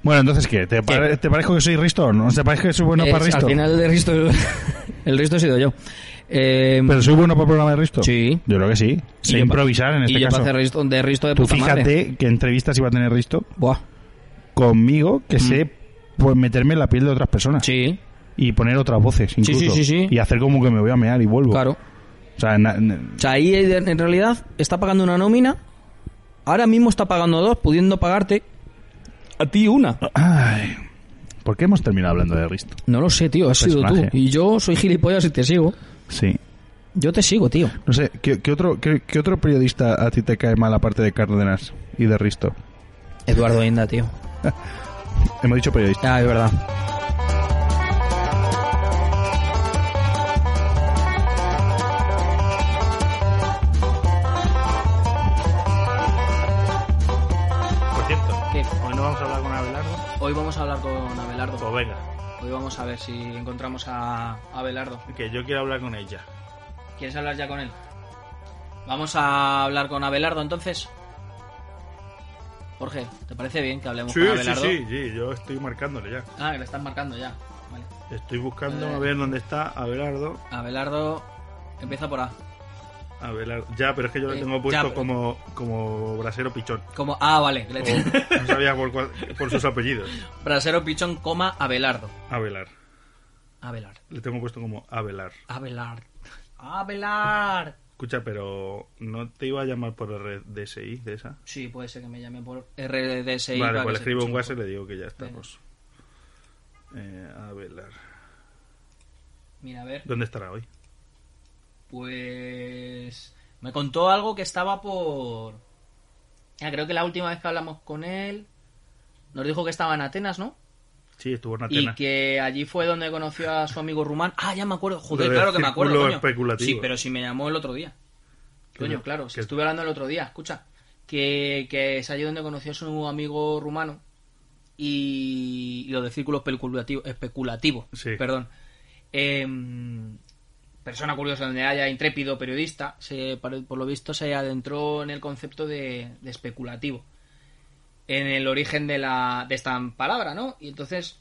Bueno, entonces, ¿qué? ¿Te, pare- te parezco que soy Risto? ¿No? ¿Te parece que soy bueno
Eh,
para Risto?
Al final de Risto, el Risto he sido yo. Eh,
¿Pero soy bueno para el programa de Risto?
Sí.
Yo creo que sí.
y
Sé
yo pa-
improvisar en
y
este
yo
caso.
pasé Risto, de Risto de
Tú
puta
fíjate
madre.
que entrevistas iba a tener Risto
Buah,
conmigo,
Mm.
que sé pues meterme en la piel de otras personas
sí,
y poner otras voces incluso
sí, sí, sí.
y hacer como que me voy a mear y vuelvo.
claro.
O sea, na- na-
O sea, ahí en en realidad está pagando una nómina. Ahora mismo está pagando dos, pudiendo pagarte a ti una.
Ay, ¿por qué hemos terminado hablando de Risto?
No lo sé, tío, has sido tú.
Personaje.
Y yo soy gilipollas y te sigo.
Sí.
Yo te sigo, tío.
No sé, ¿qué, qué otro, qué, qué otro periodista a ti te cae mal aparte de Cárdenas y de Risto?
Eduardo Inda, tío.
Hemos dicho periodista.
Ah, es verdad.
Por cierto,
¿Qué?
hoy no vamos a hablar con Abelardo.
Hoy vamos a hablar con Abelardo.
Pues venga,
Hoy vamos a ver si encontramos a a Abelardo.
que yo quiero hablar con ella.
¿Quieres hablar ya con él? Vamos a hablar con Abelardo entonces. Jorge, ¿te parece bien que hablemos con Abelardo?
sí, yo estoy marcándole ya.
Ah, que le están marcando ya. Vale.
Estoy
Eh.
buscando a ver dónde está Abelardo.
Abelardo empieza por A.
Abelardo. Ya, pero es que yo
Eh,
lo tengo
ya,
puesto
pero-
como, como brasero pichón.
Como Ah, vale. que le-
No sabía por, cuál- por sus apellidos.
Brasero Pichón, coma Abelardo.
Abelar.
Abelar.
Le tengo puesto como Abelar.
Abelar. Abelar.
Escucha, pero ¿no te iba a llamar por RDSI de esa?
Sí, puede ser que me llame por RDSI.
vale,
para
pues
que
le
se
escribo
escuche
un WhatsApp y
poco.
le digo que ya
Venga.
estamos. Eh, Abelar.
Mira, a ver.
¿Dónde estará hoy?
Pues me contó algo que estaba por. Ya, creo que la última vez que hablamos con él nos dijo que estaba en Atenas, ¿no?
Sí, estuvo en Atenas.
Y que allí fue donde conoció a su amigo rumán. Ah, ya me acuerdo. Joder,
Lo del
claro que me acuerdo.
círculo
Coño.
especulativo.
Sí, pero si me llamó el otro día. Coño,
Que-
claro, si
que-
estuve hablando el otro día, escucha. Que, que es allí donde conoció a su amigo rumano y, y lo de círculo especulativo. especulativo
Sí.
Perdón. Em, persona curiosa donde haya intrépido periodista, se, por por lo visto se adentró en el concepto de, de especulativo, en el origen de, la, de esta palabra, ¿no? Y entonces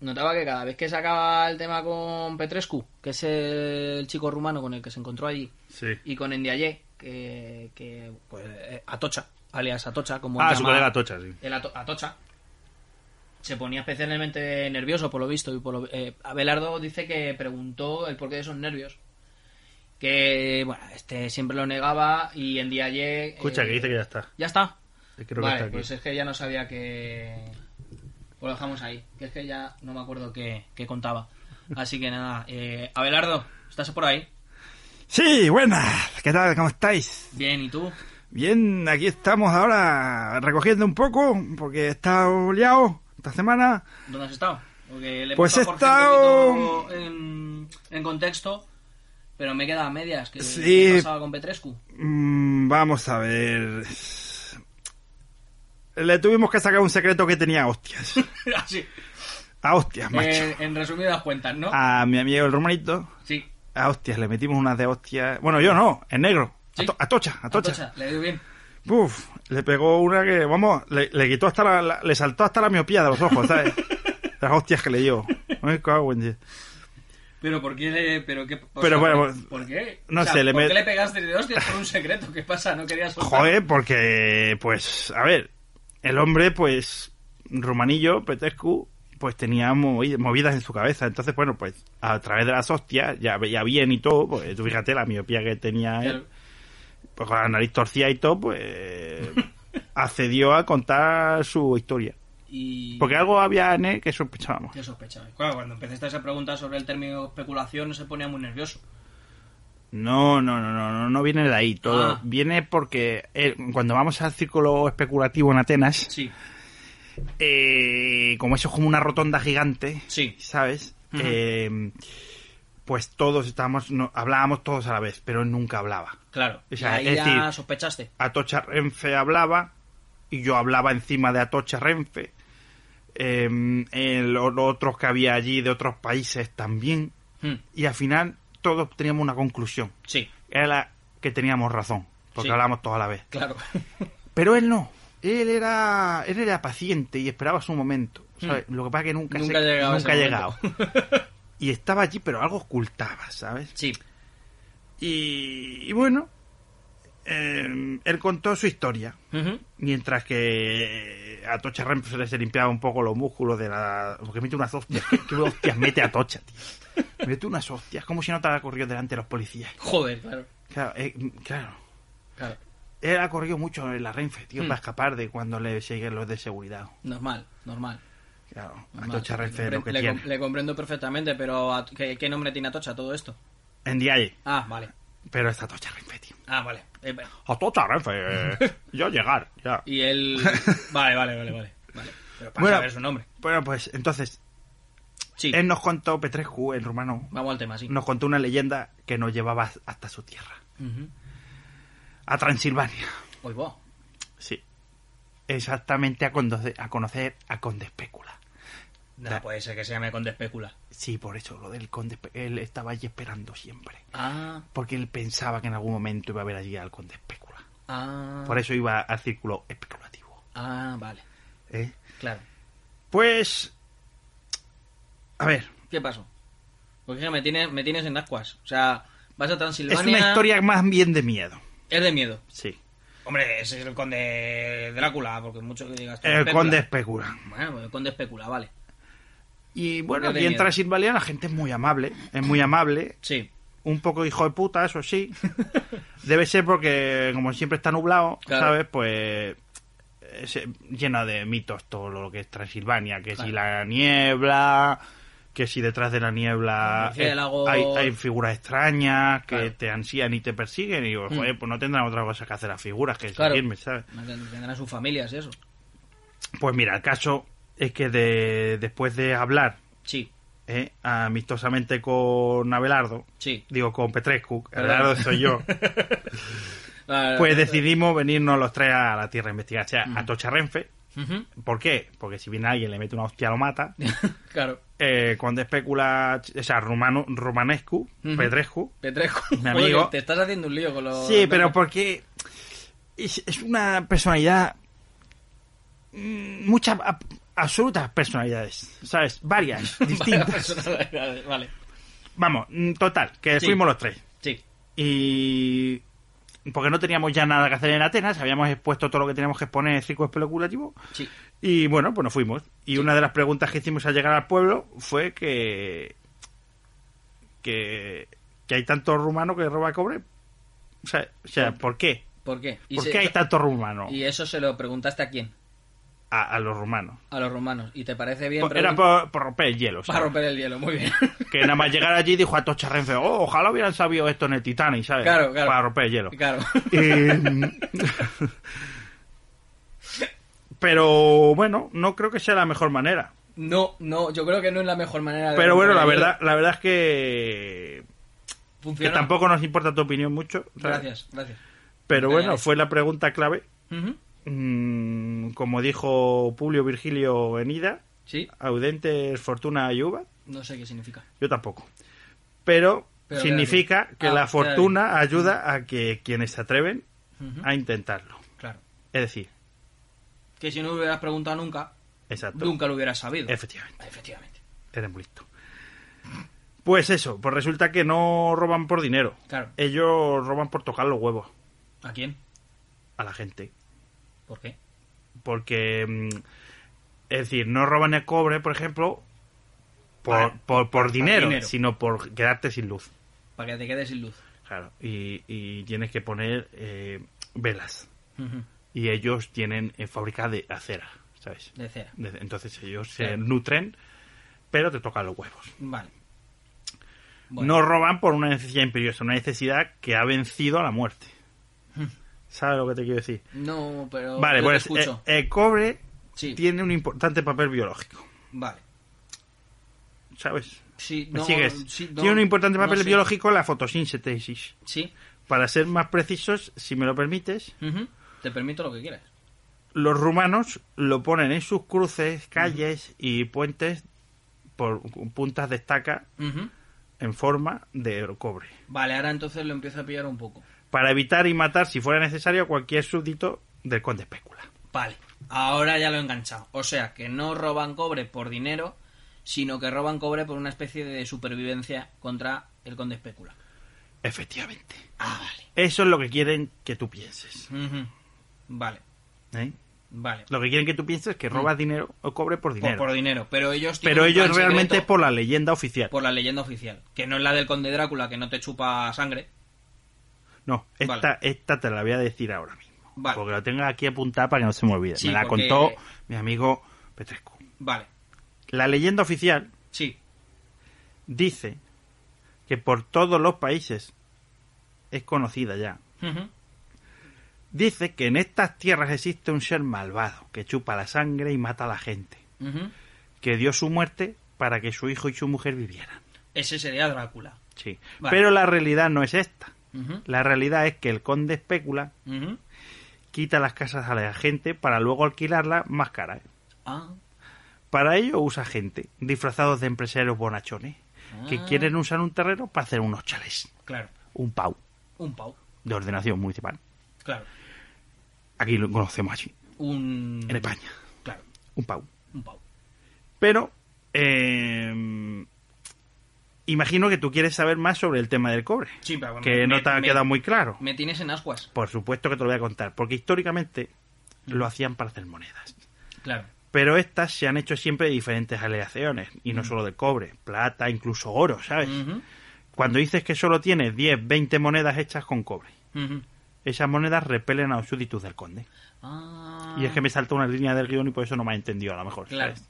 notaba que cada vez que sacaba el tema con Petrescu, que es el chico rumano con el que se encontró allí,
Sí.
y con Ndiaye, que, que pues, eh, Atocha, alias Atocha, como
Ah,
él
su
llama-
colega Tocha, sí.
el Ato- Atocha se ponía especialmente nervioso por lo visto y por lo- eh, Abelardo dice que preguntó el porqué de esos nervios que bueno este siempre lo negaba y en día ayer
Escucha, que dice que ya está.
ya está
Creo que
Eh, vale
está aquí.
pues es que ya no sabía que pues lo dejamos ahí que es que ya no me acuerdo qué, qué contaba así que nada eh, Abelardo estás por ahí
Sí, buenas. ¿Qué tal? ¿Cómo estáis?
bien y tú
Bien, aquí estamos ahora recogiendo un poco porque he estado liado esta semana.
¿Dónde has estado? Porque le he
Pues
puesto
he
a Jorge un
estado-
poquito En, en contexto, pero me he quedado a medias. ¿Qué,
Sí.
qué pasaba con Petrescu?
Mm, vamos a ver. Le tuvimos que sacar un secreto que tenía a hostias.
Así.
A hostias, macho.
Ah,
Ah,
Eh, en resumidas cuentas, ¿no?
A mi amigo el romanito,
Sí.
a hostias, le metimos unas de hostias. Bueno, yo no, en negro.
Sí.
A, to- a tocha, a tocha.
Atocha, le digo bien.
Uf, le pegó una que, vamos, le, le quitó hasta la, la- le saltó hasta la miopía de los ojos, ¿sabes? Las hostias que le dio. Me cago en diez.
Pero ¿por qué le.? Pero, qué, o sea,
Pero bueno,
¿por, por qué?
no
O sea,
sé, le
¿Por
met-
qué le pegaste de hostias por un secreto? ¿Qué pasa? ¿No querías soltar?
Joder, porque, pues, a ver, el hombre, pues, rumanillo, Petescu, pues tenía movi- movidas en su cabeza. Entonces, bueno, pues, a través de las hostias, ya veía bien y todo, pues, tú fíjate la miopía que tenía él,
Claro.
pues, con la nariz torcida y todo, pues, accedió a contar su historia.
Y.
Porque algo había en él que sospechábamos.
¿Qué sospechabas? Claro, cuando empezaste esa pregunta sobre el término especulación se ponía muy nervioso.
No, no, no, no, no, no viene de ahí todo.
Ah.
Viene porque eh, cuando vamos al círculo especulativo en Atenas,
Sí,
eh, como eso es como una rotonda gigante,
sí.
¿sabes? Eh, pues todos estábamos, no- hablábamos todos a la vez, pero él nunca hablaba.
Claro.
O
Y
sea,
ahí
es
ya
decir,
sospechaste.
Atocha Renfe hablaba y yo hablaba encima de Atocha Renfe. Em, el- los otros que había allí de otros países también.
Hmm,
Y al final todos teníamos una conclusión.
Sí,
Era que teníamos razón, porque
Sí.
hablábamos todos a la vez.
claro.
Pero él no. Él era, él era paciente y esperaba su momento. ¿sabes? Lo que pasa es que nunca,
Hmm. Nunca
se-
llegaba
nunca ha
ese
llegado.
momento.
Y estaba allí, pero algo ocultaba, ¿sabes?
sí.
Y, y bueno, eh, él contó su historia.
Ujú.
Mientras que eh, a Tocha Renfe se le- se limpiaba un poco los músculos de la... Porque mete unas hostias. ¿Qué, qué hostias mete a Tocha, tío? Mete unas hostias. Como si no te había corrido delante de los policías.
Joder, claro.
Claro, eh, claro.
Claro.
Él ha corrido mucho en la Renfe, tío,
Mm.
para escapar de cuando le lleguen los de seguridad.
Normal, normal.
Claro,
normal.
Atocha Renfe es lo
Compre-
que
le,
tiene.
com- le comprendo perfectamente, pero ¿a- ¿qué, qué nombre tiene Atocha todo esto?
En DIY,
Ah, vale.
pero está Atocha Renfe, tío.
Ah, vale. Eh, va-
Atocha Renfe, eh, ya llegar, ya.
y él... Vale, vale, vale, vale. vale. Pero para
Bueno.
saber su nombre.
Bueno, pues entonces,
Sí,
él nos contó, Petrescu, el rumano,
vamos al tema, sí.
nos contó una leyenda que nos llevaba hasta su tierra,
Ujú.
a Transilvania.
Oy, bo.
Sí. Exactamente a, condoce- a conocer a Conde Espécula.
No
Da-
puede ser que se llame Conde Espécula.
Sí, por eso lo del Conde Espe- Él estaba allí esperando siempre.
Ah,
Porque él pensaba que en algún momento iba a haber allí al Conde Espécula.
ah,
Por eso iba al círculo especulativo.
ah, vale.
¿eh?
Claro.
Pues. A ver.
¿Qué pasó? Porque es que me tienes, me tienes en ascuas. O sea, vas a Transilvania...
Es una historia más bien de miedo.
Es de miedo.
Sí.
Hombre, ese es el conde Drácula, porque mucho que digas... tú,
El
especula.
Conde Espécula.
Bueno, pues el conde especula, vale.
Y bueno,
Es de
aquí en
miedo.
Transilvania la gente es muy amable. Es muy amable.
Sí,
un poco hijo de puta, eso sí. Debe ser porque, como siempre está nublado,
Claro.
¿sabes? Pues es eh, lleno de mitos todo lo que es Transilvania, que si la niebla, que si detrás de la niebla
Los murciélagos.
hay, hay figuras extrañas que
Claro. Mm.
te ansían y te persiguen y digo, joder, pues no tendrán otra cosa que hacer las figuras que
Claro.
seguirme, ¿sabes?
tendrán a sus familias eso.
Pues mira, el caso es que de, después de hablar
Sí,
¿eh? amistosamente con Abelardo,
sí.
digo con Petrescu,
Perdón.
Abelardo soy yo.
Vale,
Pues
vale.
decidimos venirnos los tres a la tierra a investigar, o sea, a Tocha Renfe.
Ujú,
¿Por qué? Porque si viene alguien, le mete una hostia, lo mata.
Claro.
Eh, cuando especula, o sea, rumano, romanescu,
Ujú.
petrescu.
Petrescu.
Mi
Joder,
amigo.
te estás haciendo un lío con los...
Sí, pero porque es, es una personalidad, mm, muchas, ab- absolutas personalidades, ¿sabes? Varias,
Vaya
distintas.
personalidades, Vale,
Vamos, mm, total, que
Sí.
fuimos los tres.
sí.
y porque no teníamos ya nada que hacer en Atenas, habíamos expuesto todo lo que teníamos que exponer en el circo especulativo
Sí.
y bueno, pues nos fuimos. Y una de las preguntas que hicimos al llegar al pueblo fue que que, que hay tanto rumano que roba cobre. O sea, o sea, ¿por qué?
¿Por qué?
¿Por
se-
qué hay tanto rumano
¿Y eso se lo preguntaste a quién?
a, a los rumanos?
A los romanos. ¿Y te parece bien?
Por- Pues Era
pregun-
por, por romper el hielo.
Para
¿sabes?
romper el hielo, muy bien.
Que nada más llegar allí dijo a Tocha Renfe, oh, ojalá hubieran sabido esto en el Titanic, ¿sabes?
Claro, claro.
Para romper el hielo.
Claro.
Eh, pero bueno, no creo que sea la mejor manera.
No, no, yo creo que no es la mejor manera de...
Pero bueno, la
romper el hielo.
verdad, la verdad es que, que
Funciona.
tampoco nos importa tu opinión mucho. ¿sabes?
Gracias, gracias.
Pero bueno,
Gracias.
fue la pregunta clave.
Ujú,
Mm, como dijo Publio Virgilio Venida,
Sí,
audentes, fortuna y uva.
no sé qué significa.
Yo tampoco. Pero,
Pero queda
significa
bien.
que
Ah,
la
queda
fortuna ayuda a que quienes se atreven
Ujú,
a intentarlo.
Claro.
Es decir,
Que si no lo hubieras preguntado nunca,
exacto.
nunca lo hubieras sabido.
Efectivamente.
Efectivamente.
Eres muy listo. Pues eso, pues resulta que no roban por dinero.
Claro.
Ellos roban por tocar los huevos
¿A quién?
a la gente.
¿Por qué?
Porque, mm, es decir, no roban el cobre, por ejemplo, por, por- por dinero,
dinero.
sino por quedarte sin luz.
Para que te quedes sin luz.
Claro. Y, y tienes que poner eh, velas.
Ujú,
Y ellos tienen eh, fábrica de acera, ¿sabes?
De cera.
De- Entonces ellos se
Claro.
nutren, pero te tocan los huevos.
Vale.
No roban por una necesidad imperiosa, una necesidad que ha vencido a la muerte. ¿Sabes lo que te quiero decir?
No, pero.
Vale,
Hmm. yo te
pues eh,
escucho.
el, cobre
sí.
tiene un importante papel biológico,
Vale.
¿sabes?
Sí,
¿Me
no,
pues sigues?
sí, no,
Tiene un importante
no
papel
sé.
biológico en la fotosíntesis.
Sí.
Para ser más precisos, si me lo permites,
ujú, Te permito lo que quieras.
los rumanos lo ponen en sus cruces, calles y puentes por puntas de estaca
Ujú.
en forma de cobre.
Vale, ahora entonces lo empiezo a pillar un poco.
Para evitar y matar, si fuera necesario, a cualquier súbdito del conde Espécula.
Vale, ahora ya lo he enganchado. O sea, que no roban cobre por dinero, sino que roban cobre por una especie de supervivencia contra el conde especula.
Efectivamente.
Ah, vale.
Eso es lo que quieren que tú pienses.
Ujú. Vale,
¿eh?
vale.
Lo que quieren que tú pienses es que robas dinero o cobre por
Mm. Por,
dinero.
por dinero. Pero ellos tienen
Pero
un
ellos
plan
realmente es
secreto
por la leyenda oficial.
por la leyenda oficial, que no es la del conde Drácula que no te chupa sangre.
No, esta,
Vale.
esta te la voy a decir ahora mismo.
Vale.
Porque lo tenga aquí apuntada para que no se me olvide.
Sí,
me la
porque-
contó mi amigo Petrescu.
Vale,
La leyenda oficial
sí.
dice que por todos los países es conocida ya.
Ujú.
Dice que en estas tierras existe un ser malvado que chupa la sangre y mata a la gente,
Ujú.
que dio su muerte para que su hijo y su mujer vivieran.
Ese sería Drácula.
Sí.
Vale.
Pero la realidad no es esta.
Ujú.
La realidad es que el conde especula,
Ujú.
quita las casas a la gente para luego alquilarlas más ¿eh? caras.
Ah,
Para ello usa gente, disfrazados de empresarios bonachones, que
Ah.
quieren usar un terreno para hacer unos chalés,
claro.
un pau,
Un pau.
de ordenación municipal.
Claro.
Aquí lo conocemos así,
Un...
en España,
Claro,
un pau.
un pau.
Pero, eh, imagino que tú quieres saber más sobre el tema del cobre,
Sí, pero bueno,
que
me-
no te ha
me-
quedado muy claro.
Me tienes en ascuas.
Por supuesto que te lo voy a contar, porque históricamente
Mm.
lo hacían para hacer monedas.
Claro.
Pero estas se han hecho siempre de diferentes aleaciones, y
Mm.
no solo de cobre, plata, incluso oro, ¿sabes?
Ujú,
Cuando dices que solo tienes 10, 20 monedas hechas con cobre,
ujú.
esas monedas repelen a los súbditos del conde.
Ah,
Y es que me salta una línea del guión y por eso no me ha entendido a lo mejor.
Claro.
¿sabes?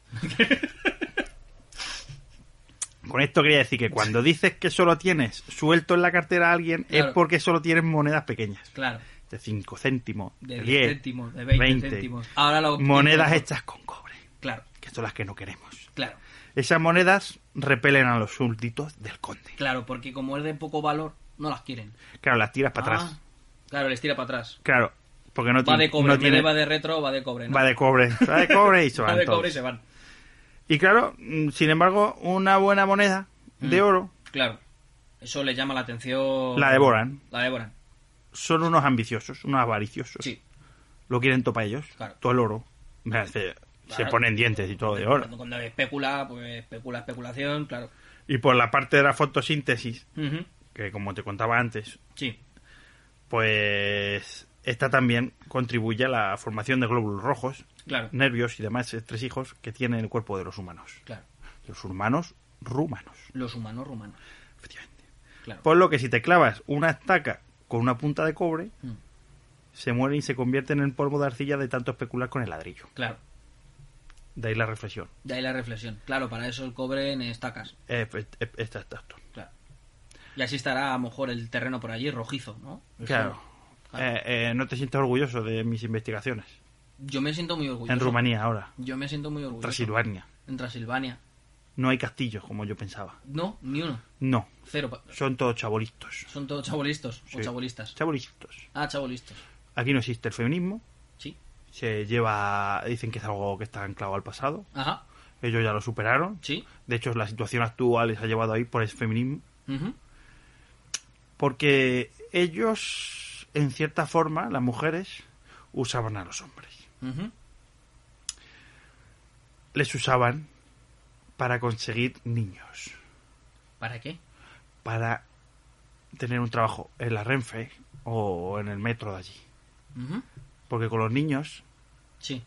Con esto quería decir que cuando dices que solo tienes suelto en la cartera a alguien
Claro.
es porque solo tienes monedas pequeñas.
Claro.
De 5 céntimos,
De
de
10
10
céntimos, de 20, céntimos. Ahora lo
monedas hechas con cobre,
Claro,
que son las que no queremos.
claro,
Esas monedas repelen a los súbditos del conde.
claro, porque como es de poco valor, no las quieren.
Claro, las tiras para
Ah,
atrás.
claro, les tira para atrás.
Claro, porque no,
Va
tiene-
de cobre,
no
en vez
tiene-
de va de retro, va de cobre. ¿no?
va de cobre, va de cobre y se
Va
van
de
todos.
cobre y se van.
Y claro, mm, sin embargo, una buena moneda
Mm.
de oro
Claro. Eso les llama la atención.
La devoran.
La devoran.
son unos ambiciosos, unos avariciosos.
Sí.
Lo quieren topar ellos,
Claro.
todo el oro. Mira, Se, se
Claro.
ponen dientes y todo de
Cuando,
oro.
cuando especula, pues especula especulación, claro.
Y por la parte de la fotosíntesis,
Ujú,
que como te contaba antes,
Sí.
pues esta también contribuye a la formación de glóbulos rojos,
Claro.
nervios y demás estresijos que tiene el cuerpo de los humanos.
Claro.
Los humanos rumanos,
Los humanos rumanos.
efectivamente.
Claro.
Por lo que si te clavas una estaca con una punta de cobre,
Mm.
se muere y se convierten en polvo de arcilla de tanto especular con el ladrillo.
Claro.
De ahí la reflexión.
De ahí la reflexión. Claro, para eso el cobre en estacas.
Eh, pues, eh, esta- esta- esto.
Claro. Y así estará a lo mejor el terreno por allí rojizo, ¿no? El
Claro.
suelo. Claro.
Eh, eh, no te sientas orgulloso de mis investigaciones.
Yo me siento muy orgulloso.
En Rumanía ahora,
Yo me siento muy orgulloso.
Transilvania.
En Transilvania.
No hay castillos como yo pensaba.
No, ni uno.
No,
Cero. pa-
son todos chabolistas.
Son todos chabolistas
Sí.
o chabolistas.
Chabolistas.
Ah, chabolistas.
Aquí no existe el feminismo.
Sí.
Se lleva, dicen que es algo que está anclado al pasado.
Ajá.
Ellos ya lo superaron.
Sí.
De hecho, la situación actual les ha llevado ahí por el feminismo.
Ujú.
Porque ellos, en cierta forma, las mujeres, usaban a los hombres.
Ujú.
les usaban para conseguir niños,
¿Para qué?
para tener un trabajo en la Renfe o en el metro de allí.
Ujú.
Porque con los niños
Sí,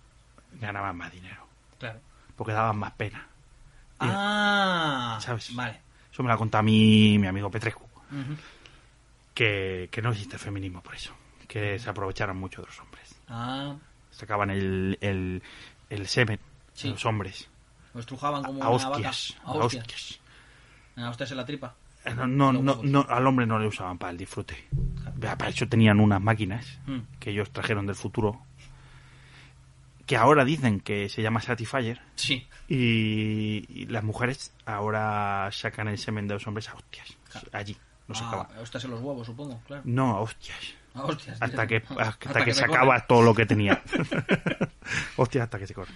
ganaban más dinero,
claro.
porque daban más pena.
Ah.
¿Sabes?
Vale.
Eso me lo ha contado a mí mi amigo Petrescu,
Ujú.
que, que no existe feminismo por eso, que se aprovecharon mucho de los hombres.
Ah.
Sacaban el, el, el semen
Sí.
de los hombres
Lo estrujaban
a,
como
a
una vaca.
hostias, a
hostias.
hostias.
A hostias en la tripa.
Eh, No, no,
Los
no,
huevos.
no, al hombre no le usaban para el disfrute. Para eso tenían unas máquinas
Mm.
que ellos trajeron del futuro que ahora dicen que se llama Satisfyer,
Sí.
y, y las mujeres ahora sacan el semen de los hombres a hostias. Allí, no se acaba.
Ah, hostias en los huevos, supongo, claro.
No, a hostias.
Ah, hostias,
Hasta
tío.
que, hasta que, se
me corra.
acaba todo lo que tenía. hostias, hasta que se corre.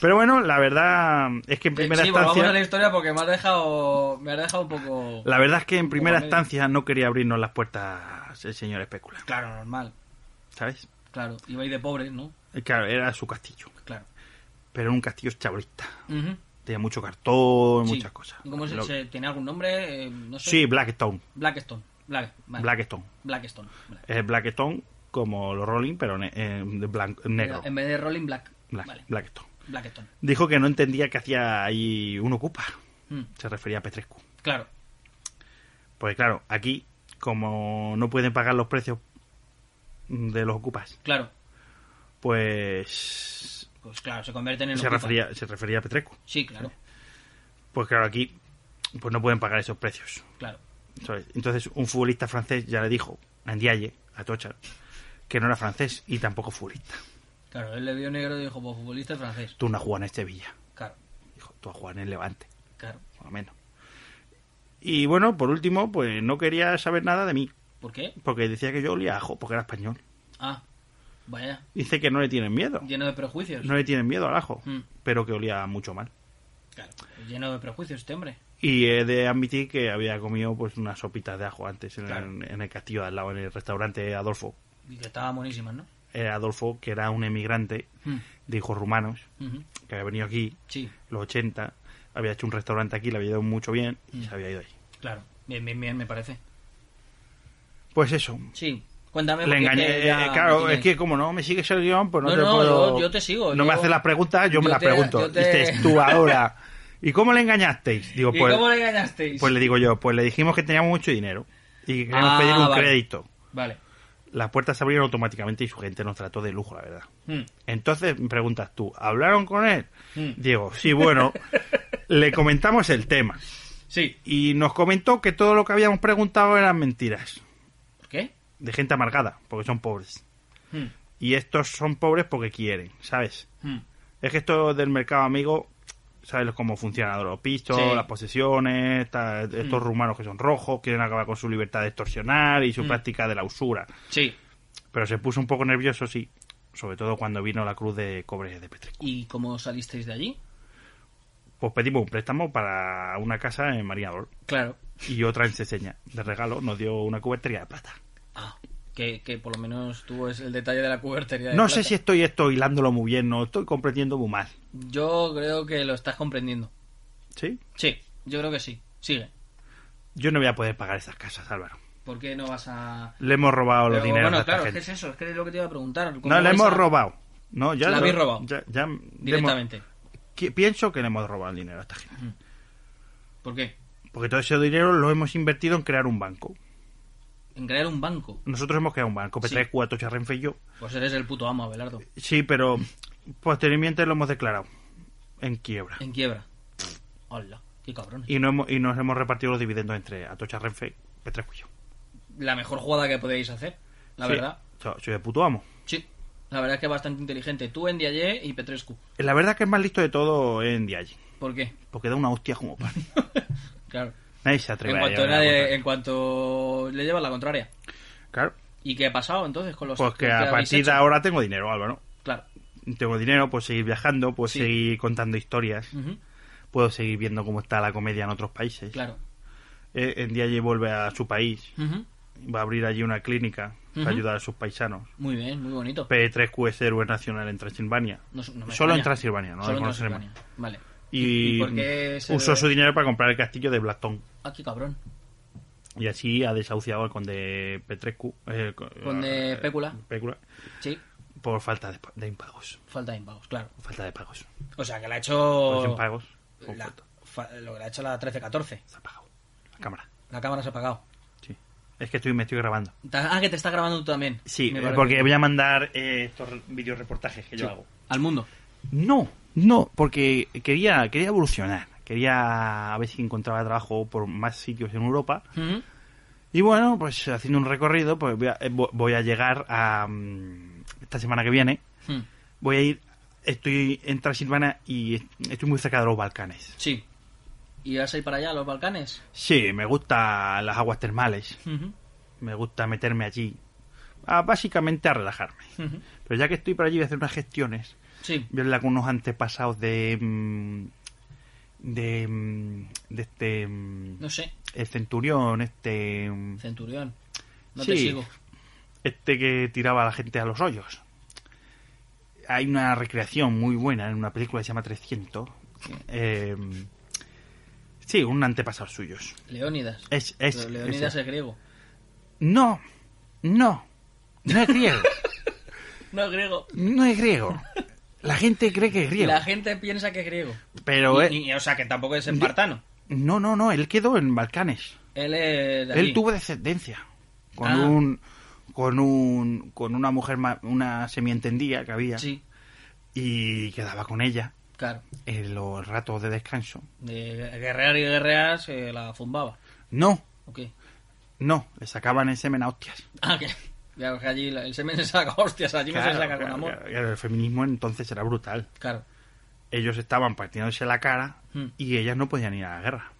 Pero bueno, la verdad es que en
Sí,
primera
Eh, sí, volvamos
instancia.
a la historia porque me has dejado, me has dejado un poco...
La verdad es que en primera
Como medio.
instancia no quería abrirnos las puertas el señor Especula,
Claro, normal,
¿sabes?
claro. Iba a ir de pobres, ¿no?
Eh, Claro, era su castillo,
Claro.
pero era un castillo chabolista.
Ujú.
Tenía mucho cartón,
Sí.
muchas cosas.
¿Cómo se,
Lo-
se- tiene algún nombre? Eh, no sé.
Sí, Blackstone.
Blackstone. Black, vale.
Blackstone.
Blackstone. vale.
Es Blackstone como los Rolling, pero ne- eh, de blan- negro.
En vez de Rolling Black.
Black-
Vale.
Blackstone.
Blackstone.
Dijo que no entendía que hacía ahí un ocupa.
Mm,
Se refería a Petrescu.
Claro.
Porque claro, aquí, como no pueden pagar los precios de los ocupas,
Claro.
pues
Pues claro, se convierten en
se
ocupa.
refería, se refería a Petrescu.
Sí, claro,
Pues claro, aquí pues no pueden pagar esos precios.
claro.
¿sabes? Entonces, un futbolista francés ya le dijo a Ndiaye, a Tocha, que no era francés y tampoco futbolista.
Claro, él le vio negro y dijo, pues futbolista francés.
Tú no has jugado en este Villa.
Claro,
Dijo, tú has jugado en el Levante,
claro.
más o menos. Y bueno, por último, pues no quería saber nada de mí,
¿Por qué?
porque decía que yo olía a ajo, porque era español.
Ah, vaya,
Dice que no le tienen miedo.
lleno de prejuicios.
No le tienen miedo al ajo,
Mm.
pero que olía mucho mal.
Claro, lleno de prejuicios este hombre.
Y he de admitir que había comido pues unas sopitas de ajo antes en,
Claro.
el, en el castillo de al lado, en el restaurante Adolfo.
Y que estaba buenísima, ¿no?
Eh, Adolfo, que era un emigrante
Mm,
de hijos rumanos,
ujú.
que había venido aquí,
Sí,
los 80, había hecho un restaurante aquí, le había ido mucho bien y
Mm.
se había ido ahí.
claro. Bien, bien, bien, me parece.
Pues eso.
Sí, cuéntame.
Le
porque
engañé.
es que ya
eh,
me
claro,
tienes-
es que como no me sigues el guión, pues no,
No,
te
no,
puedo.
yo- yo te sigo,
No
yo-
me haces las preguntas, yo, me
yo
las
te-
pregunto.
yo te-
Dices tú ahora. ¿Y cómo le engañasteis? Digo,
¿Y
pues,
cómo le engañasteis?
pues le digo yo, pues le dijimos que teníamos mucho dinero y que queríamos
Ah,
pedir un
vale.
crédito.
Vale.
Las puertas se abrieron automáticamente y su gente nos trató de lujo, la verdad.
Mm,
Entonces me preguntas tú, ¿hablaron con él?
Mm.
Digo, sí, bueno, le comentamos el tema
Sí.
y nos comentó que todo lo que habíamos preguntado eran mentiras
¿Por qué?
de gente amargada, porque son pobres.
Mm,
Y estos son pobres porque quieren, ¿sabes?
mm.
Es que esto del mercado amigo, ¿sabes cómo funciona? Los pisos,
Sí.
las posesiones, ta- estos
Mm.
rumanos que son rojos, quieren acabar con su libertad de extorsionar y su
Mm.
práctica de la usura.
Sí.
Pero se puso un poco nervioso, sí, sobre todo cuando vino la cruz de cobre de Petrescu.
¿Y cómo salisteis de allí?
Pues pedimos un préstamo para una casa en Marinador
Claro.
y otra en Ceseña. De regalo nos dio una cubertería de plata.
Ah, que, que por lo menos tuvo es- el detalle de la cubertería. de
No
plata.
sé si estoy esto hilándolo muy bien, no estoy comprendiendo muy mal.
Yo creo que lo estás comprendiendo.
¿Sí?
Sí, yo creo que sí. Sigue.
Yo no voy a poder pagar esas casas, Álvaro.
¿Por qué no vas a...?
Le hemos robado los
Pero,
dineros
bueno,
de esta
claro, es que
gente.
es eso, es que es lo que te iba a preguntar. ¿Cómo
No, le
vais
hemos
a-
robado. No, ya
La
lo-
habéis robado.
ya- ya- le hemos-
Directamente.
qui- pienso que le hemos robado el dinero a esta gente.
¿Por qué?
Porque todo ese dinero lo hemos invertido en crear un banco.
En crear un banco.
Nosotros hemos creado un banco,
Sí.
P3, Cuatro, Renfe y yo.
Pues eres el puto amo, Abelardo.
Sí, pero posteriormente lo hemos declarado en quiebra.
En quiebra. Hola, qué cabrón.
y, no hemos- y nos hemos repartido los dividendos entre Atocha Renfe Petrescu y yo.
La mejor jugada que podéis hacer, la
Sí,
verdad.
so- Soy el puto amo.
Sí. La verdad es que es bastante inteligente. Tú, Ndiaye y Petrescu.
La verdad que es más listo de todo en Diage,
¿Por qué?
porque da una hostia como pan.
Claro.
Nadie se atreve
En
a
cuanto,
llevarle la
nadie-
contra.
en cuanto le llevas la contraria.
Claro,
¿Y qué ha pasado entonces con los
pues que
qué
a
habéis
partir de
hecho?
ahora tengo dinero, Álvaro.
Claro.
Tengo dinero, puedo seguir viajando, puedo
Sí. Mm.
seguir contando historias,
Ujú,
puedo seguir viendo cómo está la comedia en otros países.
Claro.
Eh, en Diage vuelve a su país,
Ujú,
va a abrir allí una clínica
Ujú.
para ayudar a sus paisanos.
Muy bien, muy bonito.
P3Q es héroe nacional en Transilvania.
No s- no me
Solo en
extraña.
Transilvania, no
Solo
lo
en
conoceremos.
Transilvania. Vale. ¿Y
y,
por qué se
usó
debe?
su dinero para comprar el castillo de Blatón.
Ah, qué cabrón.
Y así ha desahuciado al conde Petrescu. eh, co-
Conde
eh,
Pécula.
Pécula,
Sí,
por falta de, pa- de impagos.
falta de impagos, claro.
Falta de pagos.
O sea, que la ha
Los
hecho.
impagos. o
la-
falta-
fa- Lo que la ha hecho la 13-14.
Se ha pagado. La cámara.
La cámara se ha apagado.
Sí. Es que estoy, me estoy grabando.
Ta- Ah, que te está grabando tú también.
Sí,
Me
eh,
parece.
porque voy a mandar eh, estos re- videoreportajes que yo
Sí.
hago.
Al mundo.
No, no, porque quería, quería evolucionar. Quería a ver si encontraba trabajo por más sitios en Europa.
Ujú.
Y bueno, pues haciendo un recorrido, pues voy a, eh, vo- voy a llegar a mm, esta semana que viene.
Mm.
voy a ir, estoy en Transilvania y estoy muy cerca de los Balcanes.
Sí. ¿Y vas a ir para allá, a los Balcanes?
Sí, me gustan las aguas termales,
Ujú.
me gusta meterme allí, a- básicamente a relajarme.
Ujú.
Pero ya que estoy por allí voy a hacer unas gestiones,
Sí.
voy a hablar con unos antepasados de... mm, de, mm, de este... mm,
No sé.
el centurión, este... mm,
Centurión. No te
Sí.
sigo.
este que tiraba a la gente a los hoyos. Hay una recreación muy buena en una película que se llama 300. eh, sí, un antepasado suyos.
Leónidas.
Es, es-
Pero Leónidas
es-
es griego.
No, no, no es griego.
No es griego.
no es griego. La gente cree que es griego.
La gente piensa que es griego.
Pero
Y-
eh,
y- o sea, que tampoco es espartano.
no, no, no, él quedó en Balcanes.
Él es de
Él
allí.
tuvo descendencia con
Ah.
un con un con una mujer ma- una semientendía que había
Sí,
y quedaba con ella.
claro.
en los ratos de descanso.
De guerrear y guerrear se la zumbaba.
No,
Ok.
no, le sacaban el semen a hostias.
Ah, que. Claro, que allí la- el semen se saca hostias, allí no se saca
claro,
con amor.
claro, claro, el feminismo entonces era brutal.
Claro.
Ellos estaban partiéndose la cara
Hmm.
y ellas no podían ir a la guerra.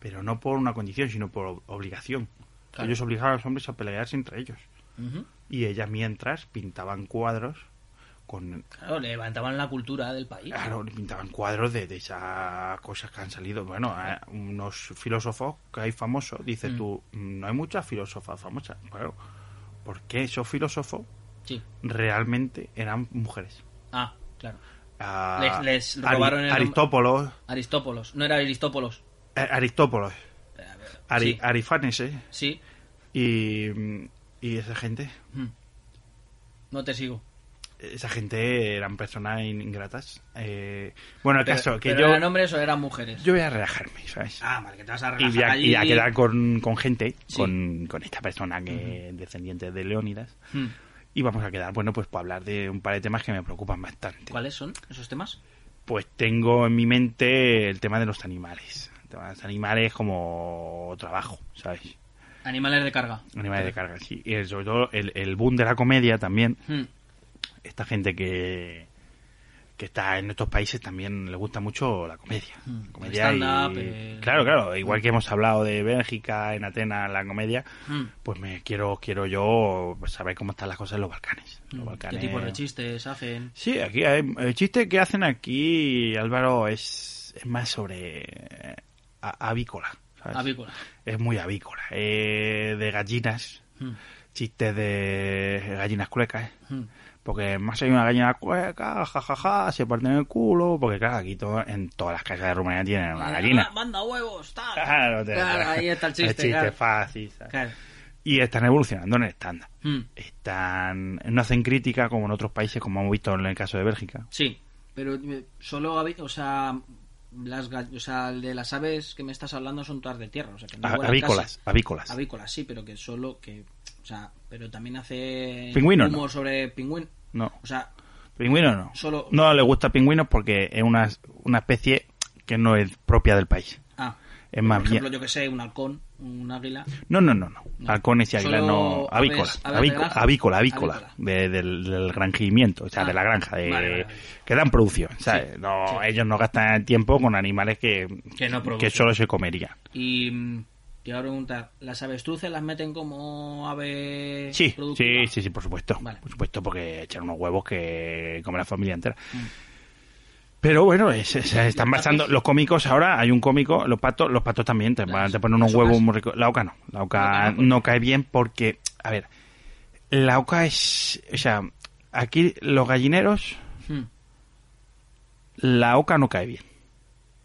Pero no por una condición, sino por ob- obligación.
Claro.
Ellos obligaban a los hombres a pelearse entre ellos.
Ujú.
Y ellas mientras pintaban cuadros con...
Claro, levantaban la cultura del país.
Claro, pintaban cuadros de, de esas cosas que han salido. Bueno, eh, unos filósofos que hay famosos, dices
Mm.
tú, no hay muchas filósofas famosas. Claro, porque esos filósofos
Sí.
realmente eran mujeres.
Ah, claro.
Ah,
Les- les
Ari-
robaron el-
Aristópolos,
Aristópolos. No era Aristópolos. Eh,
eh, Aristópolos,
A ver,
Ari-
sí.
Arifanes, eh,
sí.
y, mm, y esa gente,
Mm. No te sigo.
esa gente eran personas in- ingratas. Eh, bueno, el
Pero-
caso que
pero
yo,
¿Eran hombres o eran mujeres?
yo voy a relajarme, ¿sabes?
Ah, vale, que te vas a
y
relajar
voy a,
allí.
y a quedar con, con gente,
Sí.
con, con esta persona que es descendiente de Leónidas.
Mm.
Y vamos a quedar, bueno, pues para hablar de un par de temas que me preocupan bastante.
¿Cuáles son esos temas?
Pues tengo en mi mente el tema de los animales. El tema de los animales como trabajo, ¿sabes?
Animales de carga.
Animales de carga, sí. Y el- sobre todo el, el boom de la comedia también.
Mm.
Esta gente que, que está en estos países también le gusta mucho la comedia.
Mm,
La comedia
el
y-
stand-up, el-
Claro, claro. Igual que hemos hablado de Bélgica, en Atenas, la comedia,
Mm.
pues me quiero quiero yo pues, saber cómo están las cosas en los Balcanes. Los Balcanes-
Mm. ¿Qué tipo de chistes hacen?
Sí, aquí hay- el chiste que hacen aquí, Álvaro, es, es más sobre eh, a- avícola. ¿sabes?
Avícola.
Es muy avícola. eh, de gallinas,
Mm.
chistes de gallinas cluecas.
Mm.
Porque más hay una gallina cueca, jajaja, se parten el culo. Porque claro, aquí todo, en todas las casas de Rumanía tienen una
Ah,
gallina.
Manda huevos, tal.
Claro, te-
Claro, ahí está el chiste. claro.
fácil. ¿sabes?
Claro.
Y están evolucionando en el estándar.
Mm.
Están, no hacen crítica como en otros países, como hemos visto en el caso de Bélgica.
Sí, pero eh, solo, habi- o sea, las, gall- o sea, el de las aves que me estás hablando son todas de tierra, o sea, que no
A-
vuelan
Ah, avícolas, avícolas.
casi. Avícolas, sí, pero que solo que, o sea, pero también hace
Pingüinos,
humo
¿no?
sobre pingüino,
No,
o sea,
pingüino no.
Solo-
No le gusta pingüinos porque es una, una especie que no es propia del país.
ah,
Es más
por ejemplo,
bien.
yo que sé, un halcón, un águila,
No, no, no, no.
No.
Halcones y águilas no.
Solo
Avícola.
aves- aves de
Avícola,
granja.
avícola, avícola.
Avícola.
de- del, del granjimiento, o sea,
Ah.
de la granja. De,
Vale, vale, vale.
Que dan producción, ¿sabes? no, Ellos no gastan el tiempo con animales que,
Que no producen.
que solo se comerían.
y mm, te iba a preguntar, ¿las avestruces las meten como ave
Sí, sí,
productiva?
sí, sí, por supuesto.
Vale.
Por supuesto, porque echan unos huevos que come la familia entera.
Mm.
Pero bueno, es- es- están basando los cómicos ahora, hay un cómico, los patos, los patos también te, van,
Las-
te ponen unos
las
huevos
ocas.
muy ricos. La oca no, la
La
oca
oca no, pues.
no cae bien porque, a ver, la oca es, o sea, aquí los gallineros,
Mm.
la oca no cae bien.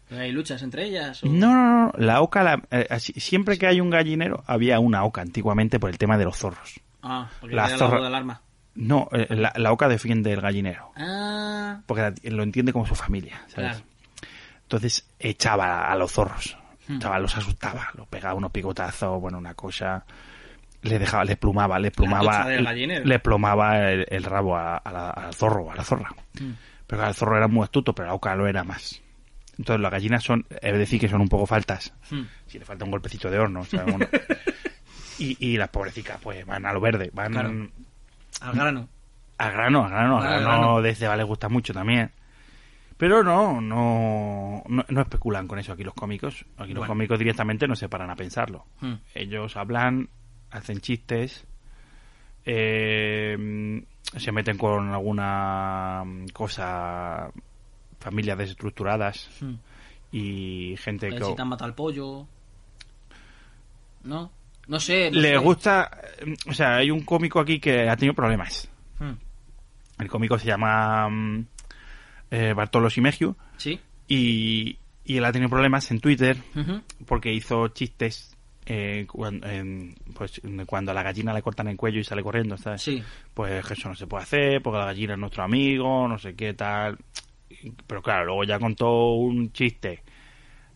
¿Pero ¿Hay luchas entre ellas? o-
No, no, no, la oca, la- eh, así- siempre que hay un gallinero, había una oca antiguamente por el tema de los zorros.
Ah, porque
La
te da la
zorra-
voz de alarma.
No, eh, la- la oca defiende el gallinero.
Ah,
porque la- lo entiende como su familia, ¿sabes?
claro.
Entonces echaba a los zorros,
Hmm.
echaba, los asustaba, los pegaba unos picotazos, bueno, una cosa, les dejaba, les plumaba, les plumaba,
antorcha del gallinero.
les plumaba el, el rabo a, a la- al zorro, a la zorra.
Mm,
Pero claro, el zorro era muy astuto, pero la oca lo era más. Entonces las gallinas son, es decir, que son un poco faltas.
Mm.
Si le falta un golpecito de horno, o sea, bueno. y, y las pobrecicas pues van a lo verde, van
Claro. Al grano.
A grano, a grano, a
Vale,
grano,
a grano.
de Cebales gusta mucho también. Pero no, no, no, no especulan con eso aquí los cómicos. Aquí los
Bueno.
cómicos directamente no se paran a pensarlo.
Hmm.
Ellos hablan, hacen chistes, eh, se meten con alguna cosa, familias desestructuradas
Hmm.
y gente
A
que...
ver si te han matado al pollo. ¿No? No sé. no
Le
sé.
gusta... mm, O sea, hay un cómico aquí que ha tenido problemas.
Hmm.
El cómico se llama mm, eh, Bartolo Simegiu
Sí.
y, y él ha tenido problemas en Twitter
Ujú.
porque hizo chistes eh, cuan- en- pues, cuando a la gallina le cortan el cuello y sale corriendo, ¿sabes?
Sí.
Pues que eso no se puede hacer porque la gallina es nuestro amigo, no sé qué tal. Pero claro, luego ya contó un chiste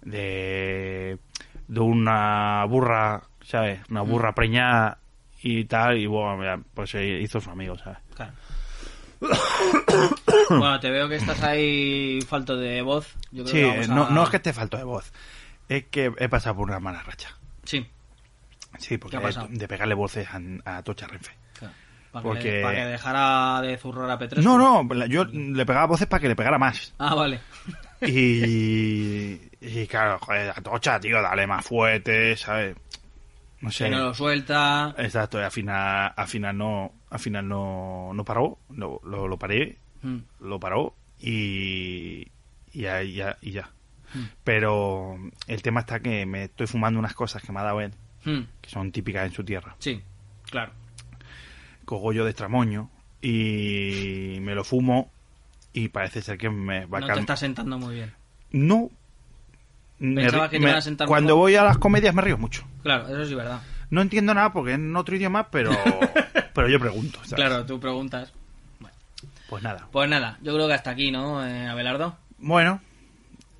de, de una burra, ¿sabes? Una
Mm.
burra preñada y tal, y bueno, ya, pues se hizo su amigo, ¿sabes?
Claro. bueno, te veo que estás ahí falto de voz. Yo creo
Sí,
que vamos a-
no, no es que esté falto de voz, es que he pasado por una mala racha.
Sí.
Sí, porque
¿Qué ha pasado?
de, de pegarle voces a, a Tocha Renfe.
claro. Para, que,
Porque-
para que dejara de zurrar a Petrescu.
No, no, la- yo le pegaba voces para que le pegara más.
Ah, vale.
Y, y claro, joder, a Tocha, tío, dale más fuerte, ¿sabes? No sé.
Que no lo suelta.
Exacto, y al final, al final no, al final no, no paró, lo, lo, lo paré,
Mm.
lo paró y, y ya, y ya, y ya.
Hmm.
Pero el tema está que me estoy fumando unas cosas que me ha dado él,
Mm.
que son típicas en su tierra.
Sí, claro.
cogollo de estramoño y me lo fumo y parece ser que me va a
no
cam-
te estás sentando muy bien.
No. Me
Pensabas
ri-
que te
me-
iban a sentar
Cuando
mejor.
voy a las comedias me río mucho.
Claro, eso sí es verdad.
No entiendo nada porque es en otro idioma, pero pero yo pregunto. ¿sabes?
Claro, tú preguntas.
Pues nada.
Pues nada, yo creo que hasta aquí, ¿no, eh, Abelardo?
Bueno,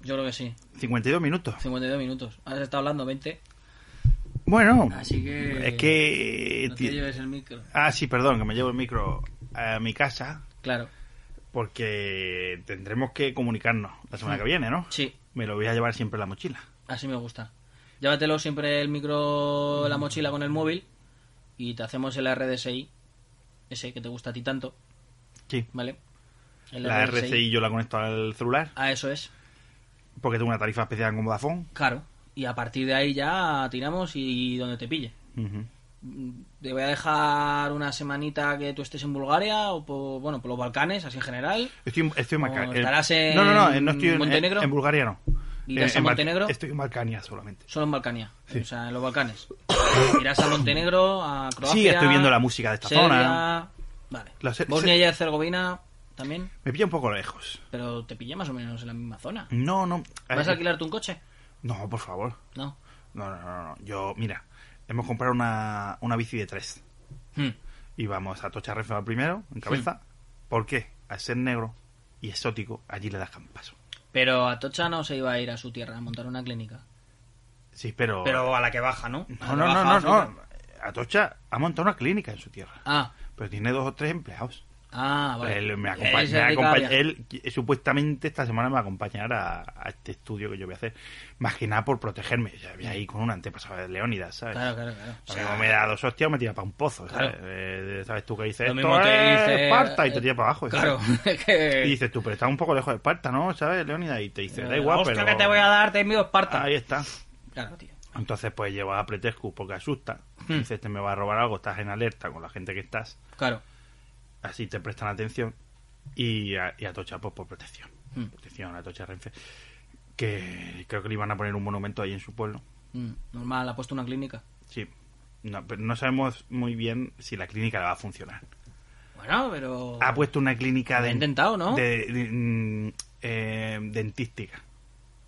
Yo creo que sí.
52 minutos.
52 minutos. Has estado hablando 20.
Bueno,
Así que-
es que...
No te lleves el micro.
Ah, sí, perdón, que me llevo el micro a mi casa
Claro.
porque tendremos que comunicarnos la semana que viene, ¿no?
Sí,
Me lo voy a llevar siempre en la mochila.
así me gusta. Llévatelo siempre el micro, la mochila con el móvil y te hacemos el RDSI, ese que te gusta a ti tanto,
Sí.
¿vale? El
La RCI yo la conecto al celular
Ah, eso es,
porque tengo una tarifa especial con Vodafone.
claro. Y a partir de ahí ya tiramos y donde te pille. Mm, Te voy a dejar una semanita que tú estés en Bulgaria o por, bueno, por los Balcanes, así en general.
Estoy, estoy en Balcania.
Como Oh, estarás en
No, no, no, eh, no estoy en
Montenegro.
En, en Bulgaria no.
¿Irás
En-
a
en Bal-
Montenegro?
Estoy en Balcania solamente.
Solo en Balcania, o sea, en los Balcanes. Irás a Montenegro, a Croacia.
Sí, estoy viendo la música de esta
Serbia,
zona.
Vale.
La Ser-
Bosnia
Ser-
y Herzegovina también,
Me pilla un poco lejos.
pero te pilla más o menos en la misma zona.
No, no. eh,
¿Vas a alquilarte un coche?
No, por favor.
No.
No, no, no, no. Yo, mira, hemos comprado una, una bici de tres.
Hmm.
Y vamos a Tocha Renfe al primero, en cabeza. ¿Por qué? Al ser negro y exótico, allí le das paso.
Pero Atocha no se iba a ir a su tierra a montar una clínica.
Sí, pero...
Pero a la que baja, ¿no? A
No,
la
no,
que
no, no,
baja a
no.
África.
Atocha ha montado una clínica en su tierra.
Ah,
Pero tiene dos o tres empleados.
ah, vale.
Él, me
Él
acompa-
se
me
dedica a
acompa-
viajar.
él, eh, supuestamente esta semana me va a acompañar a, a este estudio que yo voy a hacer. Más que nada por protegerme. Ya voy ahí con un antepasado de Leónidas, ¿sabes?
Claro, claro, claro.
Lo mismo me da dos hostias o me tira para un pozo, ¿sabes?
Claro.
Eh, ¿Sabes tú que dices?
Lo
Esto
mismo que
es
dice-
Esparta y
eh,
te tira para abajo. ¿sabes?
Claro, es que...
Y dices tú, pero estás un poco lejos de Esparta, ¿no? ¿Sabes, Leónidas? Y te dice, da
eh,
igual,
hostia
pero...
que te voy a dar, te envío Esparta.
Ahí está.
Claro, tío.
Entonces, pues lleva a Pretescu porque asusta.
Hmm.
Dice, este me va a robar algo, estás en alerta con la gente que estás.
Claro.
Así te prestan atención. Y a, y a Tocha, pues por protección.
Mm.
Protección a Tocha Renfe. Que creo que le iban a poner un monumento ahí en su pueblo.
Mm, Normal, ha puesto una clínica.
Sí. No, pero no sabemos muy bien si la clínica le va a funcionar.
Bueno, pero...
Ha puesto una clínica
Lo ha
de.
intentado, ¿no?
de- de- mm, eh, dentística.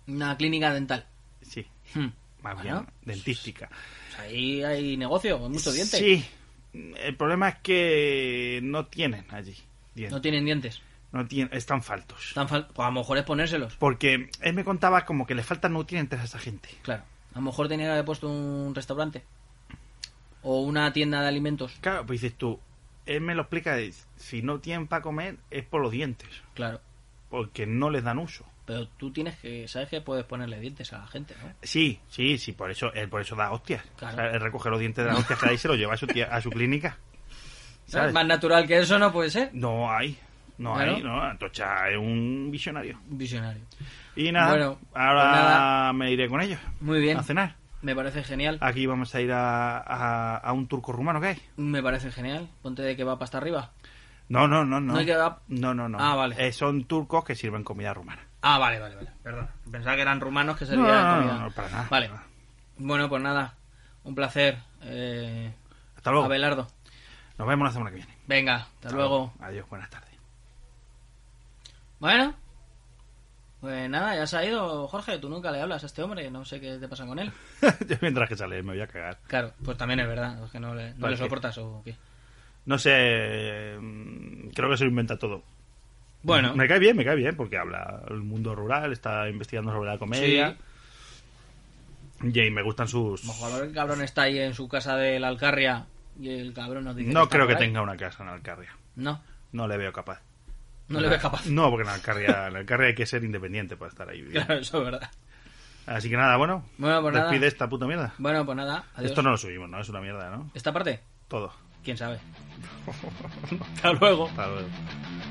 Una clínica dental.
Sí.
Hmm.
Más
Bueno,
bien, dentística.
pues ahí hay negocio, hay mucho diente.
Sí. El problema es que no tienen allí. dientes.
No tienen dientes.
No tienen, están faltos.
Tan fal- pues a lo mejor es ponérselos.
Porque él me contaba como que le faltan nutrientes a esa gente.
Claro. A lo mejor tenía que haber puesto un restaurante. O una tienda de alimentos.
Claro, pues dices tú, él me lo explica, es, si no tienen para comer es por los dientes,
Claro.
porque no les dan uso.
Pero tú tienes que... Sabes que puedes ponerle dientes a la gente, ¿no?
Sí, sí, sí, por eso él por eso da hostias.
Claro.
O sea, él recoge los dientes de las hostias que da y se los lleva a su, tía- a su clínica. ¿sabes?
Más natural que eso no puede ser.
No hay. No
Claro.
hay, no. Atocha es un visionario.
Un Visionario.
Y nada,
Bueno,
ahora
pues nada.
me iré con ellos
Muy bien.
a cenar.
Me parece genial.
Aquí vamos a ir a, a- a un turco rumano que hay.
Me parece genial. Ponte de que va hasta arriba.
No, no, no, no.
¿No hay kebab?
no, no, no.
Ah, vale.
Eh, son turcos que sirven comida rumana.
Ah, vale, vale, vale. Perdón. Pensaba que eran rumanos que servían
No, no, no,
comida.
no, para nada.
Vale. Bueno, pues nada. Un placer. Eh,
Hasta luego.
Abelardo.
Nos vemos la semana que viene.
Venga, hasta luego.
Adiós, buenas tardes.
Bueno. Pues nada, ya se ha ido Jorge. Tú nunca le hablas a este hombre. No sé qué te pasa con él.
Yo mientras que sale me voy a cagar.
Claro, pues también es verdad. Es que no le, no
Vale,
le
sí.
soportas o qué.
No sé, mm, creo que se lo inventa todo.
Bueno,
Me cae bien, me cae bien, porque habla el mundo rural, está investigando sobre la
sí.
comedia. Y ahí me gustan sus...
A lo mejor el cabrón está ahí en su casa de la Alcarria y el cabrón nos dice.
No
está
creo que
por ahí.
tenga una casa en Alcarria.
No,
No le veo capaz.
no le ves capaz.
No, porque en Alcarria, en Alcarria hay que ser independiente para estar ahí viviendo.
Claro, eso es verdad.
Así que nada, bueno.
Bueno, pues nada.
despide esta puta mierda.
Bueno, pues nada, adiós.
Esto no lo subimos, ¿no? Es una mierda, ¿no?
¿Esta parte?
Todo.
¿Quién sabe? Hasta luego.
Hasta luego.